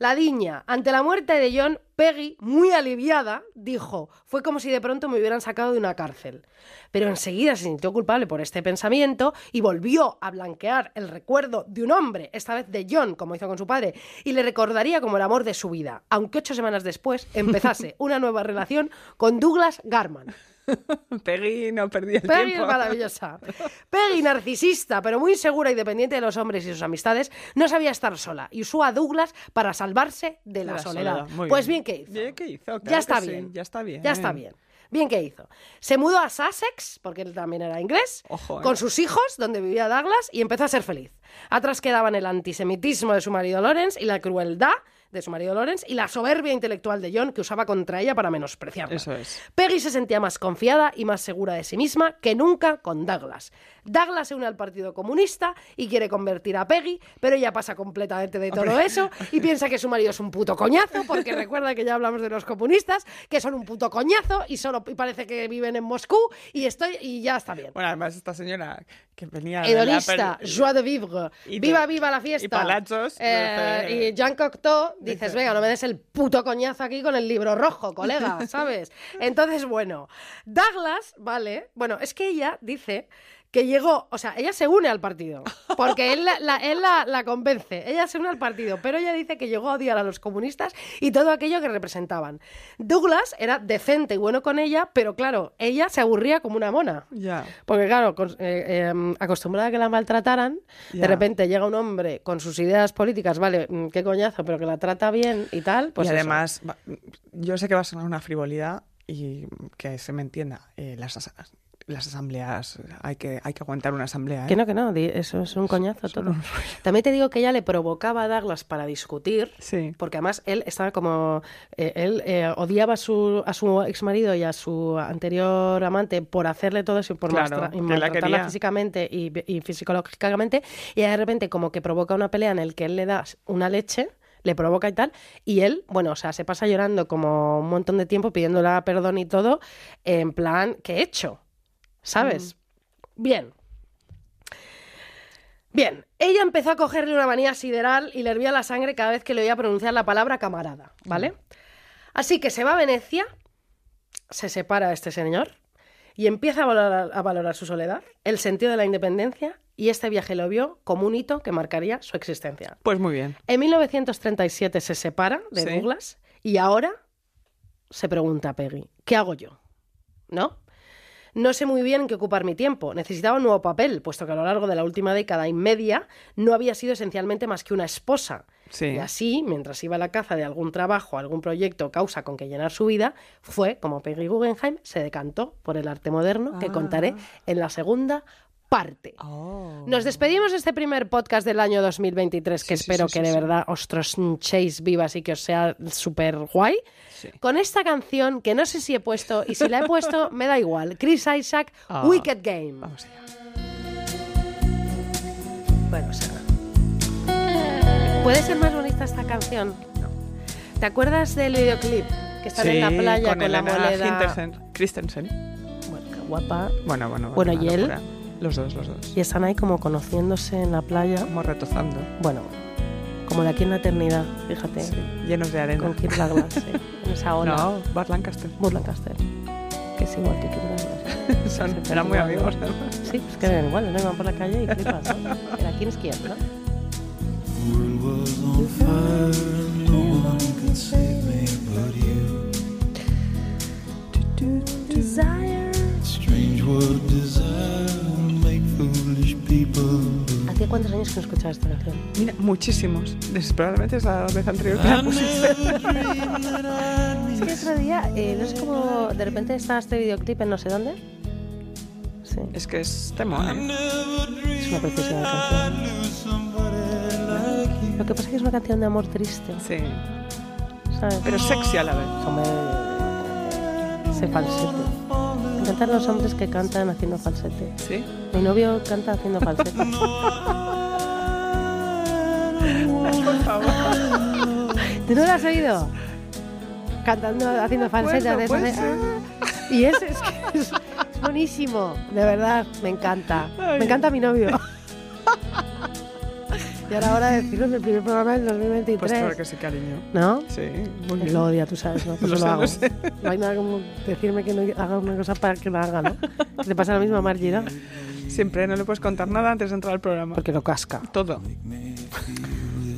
S3: La diña, ante la muerte de John, Peggy, muy aliviada, dijo, fue como si de pronto me hubieran sacado de una cárcel. Pero enseguida se sintió culpable por este pensamiento y volvió a blanquear el recuerdo de un hombre, esta vez de John, como hizo con su padre, y le recordaría como el amor de su vida, aunque ocho semanas después empezase una nueva relación con Douglas Garman.
S4: Peggy no perdí el
S3: Peggy
S4: tiempo.
S3: es maravillosa. Peggy, narcisista, pero muy segura y dependiente de los hombres y sus amistades, no sabía estar sola y usó a Douglas para salvarse de la,
S4: La
S3: soledad.
S4: soledad, muy
S3: Pues bien,
S4: bien.
S3: que hizo?
S4: Bien que hizo, claro
S3: ya
S4: que
S3: está
S4: sí,
S3: bien.
S4: ya está bien.
S3: Ya está bien. Bien que hizo. Se mudó a Sussex, porque él también era inglés,
S4: Ojo, eh.
S3: con sus hijos, donde vivía Douglas, y empezó a ser feliz. Atrás quedaban el antisemitismo de su marido Lawrence y la crueldad de su marido Lawrence y la soberbia intelectual de John que usaba contra ella para menospreciarla.
S4: Eso es.
S3: Peggy se sentía más confiada y más segura de sí misma que nunca con Douglas. Douglas se une al Partido Comunista y quiere convertir a Peggy, pero ella pasa completamente de todo eso y piensa que su marido es un puto coñazo, porque recuerda que ya hablamos de los comunistas, que son un puto coñazo y solo y parece que viven en Moscú y estoy y ya está bien.
S4: Bueno, además esta señora que venía... de la
S3: Hedonista,
S4: per-
S3: joie de vivre,
S4: eh, Y de-
S3: viva, viva la fiesta.
S4: y palazos,
S3: Eh,
S4: dice-
S3: y Jean Cocteau, dices, venga, no me des el puto coñazo aquí con el libro rojo, colega, ¿sabes? Entonces, bueno, Douglas, vale, bueno, es que ella dice que llegó, o sea, ella se une al partido, porque él, la, la- él la, la convence, ella se une al partido, pero ella dice que llegó a odiar a los comunistas y todo aquello que representaban. Douglas era decente y bueno con ella, pero claro, ella se aburría como una mona.
S4: Ya.
S3: Porque claro, con- eh, eh, acostumbrada a que la maltrataran, de
S4: Ya.
S3: repente llega un hombre con sus ideas políticas, vale, mm, qué coñazo, pero que la trata bien y tal, pues
S4: y
S3: eso.
S4: además, va- yo sé que va a sonar una frivolidad y que se me entienda. eh, las, asa- las asambleas, hay que, hay que aguantar una asamblea. ¿eh?
S3: Que no, que no, di- eso es un coñazo todo. También te digo que ella le provocaba a Douglas para discutir,
S4: Sí.
S3: porque además él estaba como. eh, él eh, odiaba a su, a su ex marido y a su anterior amante por hacerle todo eso, y por
S4: Claro,
S3: maltra- y
S4: que la
S3: maltratarla
S4: quería.
S3: físicamente y, y psicológicamente, y ella de repente como que provoca una pelea en el que él le da una leche le provoca y tal, y él, bueno, o sea, se pasa llorando como un montón de tiempo pidiéndola perdón y todo, en plan, ¿qué he hecho? ¿Sabes?
S4: Mm.
S3: Bien, Bien, ella empezó a cogerle una manía sideral y le hervía la sangre cada vez que le oía pronunciar la palabra camarada,
S4: Mm.
S3: ¿vale? Así que se va a Venecia, se separa este señor y empieza a valorar, a valorar su soledad, el sentido de la independencia y este viaje lo vio como un hito que marcaría su existencia.
S4: Pues muy bien.
S3: En 1937 se separa de
S4: Sí.
S3: Douglas y ahora se pregunta a Peggy, ¿qué hago yo? ¿No? No sé muy bien en qué ocupar mi tiempo. Necesitaba un nuevo papel, puesto que a lo largo de la última década y media no había sido esencialmente más que una esposa.
S4: Sí.
S3: Y así, mientras iba a la caza de algún trabajo, algún proyecto o causa con que llenar su vida, fue como Peggy Guggenheim se decantó por el arte moderno,
S4: Ah.
S3: que contaré en la segunda parte.
S4: Oh,
S3: Nos despedimos de este primer podcast del año 2023, que
S4: Sí, sí,
S3: espero
S4: sí,
S3: que
S4: sí,
S3: de
S4: sí.
S3: verdad os tronchéis vivas y que os sea súper guay.
S4: Sí.
S3: Con esta canción que no sé si he puesto y si la he puesto, me da igual. Chris Isaac,
S4: Ah.
S3: Wicked Game.
S4: Vamos allá.
S3: Bueno, o sea, ¿Puede ser más bonita esta canción? ¿Te acuerdas del videoclip? Que están en la
S4: Sí,
S3: playa con, la
S4: Elena
S3: moneda.
S4: Hintersen- Christensen.
S3: Bueno, qué guapa.
S4: Bueno, bueno.
S3: Bueno,
S4: una
S3: ¿y él?
S4: locura. Los dos, los dos.
S3: Y están ahí como conociéndose en la playa.
S4: Como retozando.
S3: Bueno, como de aquí en la eternidad, fíjate.
S4: sí, Llenos de arena.
S3: Con Kirk Douglas, sí. En esa ola.
S4: No, Bart Lancaster.
S3: Burt Lancaster. Que es igual que Kirk Douglas.
S4: Son-
S3: Sí, sí,
S4: eran muy
S3: sí,
S4: amigos.
S3: sí. Sí, pues que eran iguales, ¿no? Iban por la calle y flipas, ¿no? Era quién es quién, ¿no? ¿Hacía cuántos años que no escuchaba esta canción?
S4: Mira, muchísimos. Des- Probablemente es la vez anterior que la pusiste.
S3: Es que otro día, eh, no sé cómo, de repente estaba este videoclip en no sé dónde. Sí,
S4: Es que es temón, ¿eh?
S3: es una preciosidad de canción. Lo que pasa es que es una canción de amor triste,
S4: Sí.
S3: ¿sabes?
S4: Pero sexy a la vez.
S3: Hombre, ese falsete. Me encantan los hombres que cantan haciendo falsete.
S4: Sí.
S3: Mi novio canta haciendo falsete.
S4: Por favor.
S3: ¿Tú no lo has oído? Cantando, haciendo falsete.
S4: Bueno,
S3: haciendo-
S4: puede ser.
S3: Y es, es que es, es buenísimo, de verdad, me encanta.
S4: Ay.
S3: Me encanta mi novio. Y ahora hora de decirnos el primer programa del
S4: Pues
S3: 2023.
S4: claro que sí, cariño.
S3: ¿no.
S4: Sí, muy bien.
S3: Lo odia, tú sabes, ¿no? Pues
S4: Lo
S3: lo,
S4: sé, lo
S3: hago.
S4: sé.
S3: No hay nada como decirme que no haga una cosa para que la haga, ¿no? Que le pasa lo mismo a Margie, ¿no?
S4: Siempre no le puedes contar nada antes de entrar al programa.
S3: Porque lo casca.
S4: Todo.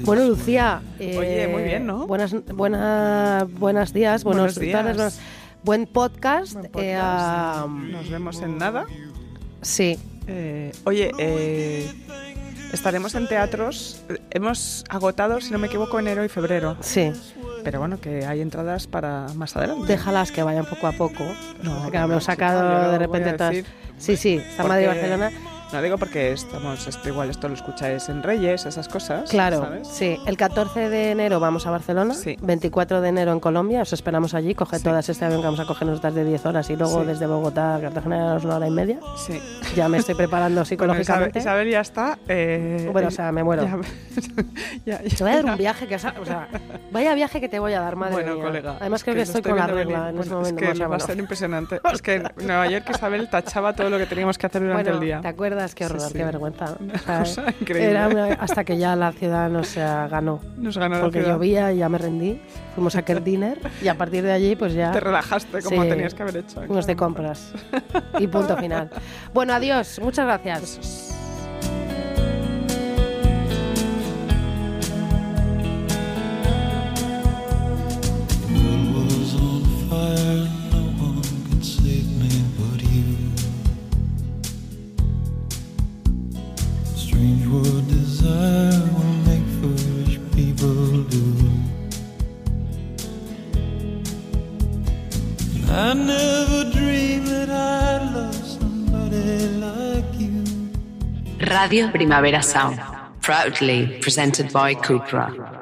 S3: Bueno, Lucía. eh,
S4: Oye, muy bien, ¿no?
S3: Buenas, buena, buenas días, buenos,
S4: Buenos días.
S3: tardes, buenas- buen podcast.
S4: Buen podcast.
S3: eh, am,
S4: pues Nos vemos en nada.
S3: sí.
S4: Eh, oye, eh, estaremos en teatros. Eh, Hemos agotado, si no me equivoco, enero y febrero.
S3: Sí,
S4: Pero bueno, que hay entradas para más adelante.
S3: déjalas que vayan poco a poco.
S4: No,
S3: que
S4: no, no,
S3: hemos
S4: chica, yo lo
S3: sacado
S4: voy a
S3: de repente todas.
S4: decir.
S3: Sí, sí, está Madrid y
S4: Porque-
S3: Barcelona.
S4: No digo porque estamos, esto igual esto lo escucháis en Reyes, esas cosas.
S3: Claro,
S4: ¿sabes?
S3: sí. El 14 de enero vamos a Barcelona,
S4: Sí.
S3: 24 de enero en Colombia, os esperamos allí, coge todas este avión que vamos a coger nosotras de 10 horas y luego
S4: Sí.
S3: desde Bogotá a Cartagena es una hora y media.
S4: Sí.
S3: Ya me estoy preparando
S4: Bueno, Isabel,
S3: psicológicamente.
S4: Isabel ya está. eh,
S3: Bueno, o sea, me
S4: Ya,
S3: muero.
S4: ya- ya-
S3: Te voy a dar un viaje que... sa- O sea, vaya viaje que te voy a dar, madre
S4: bueno,
S3: mía.
S4: colega.
S3: Además creo que,
S4: lo
S3: estoy,
S4: estoy
S3: con la
S4: viendo
S3: regla
S4: venir.
S3: en este
S4: Bueno,
S3: momento.
S4: Es
S3: o
S4: que
S3: sea,
S4: va a
S3: bueno.
S4: ser impresionante. Es que en Nueva York Isabel tachaba todo lo que teníamos que hacer durante
S3: Bueno,
S4: el día.
S3: ¿te acuerdas? Qué
S4: Sí,
S3: horror,
S4: sí.
S3: qué vergüenza.
S4: Una
S3: O sea,
S4: cosa increíble.
S3: Era una- hasta que ya la ciudad nos ganó.
S4: Nos ganó la
S3: Porque
S4: ciudad.
S3: llovía y ya me rendí. Fuimos a Kerr Dinner y a partir de allí pues ya...
S4: Te relajaste como
S3: Sí.
S4: tenías que haber hecho.
S3: Unos de compras. Y punto final. Bueno, adiós. Muchas gracias.
S9: Strange what desire will make foolish people do. And I never dreamed that I'd love somebody like you.
S1: Radio Primavera Sound, proudly presented by Cupra.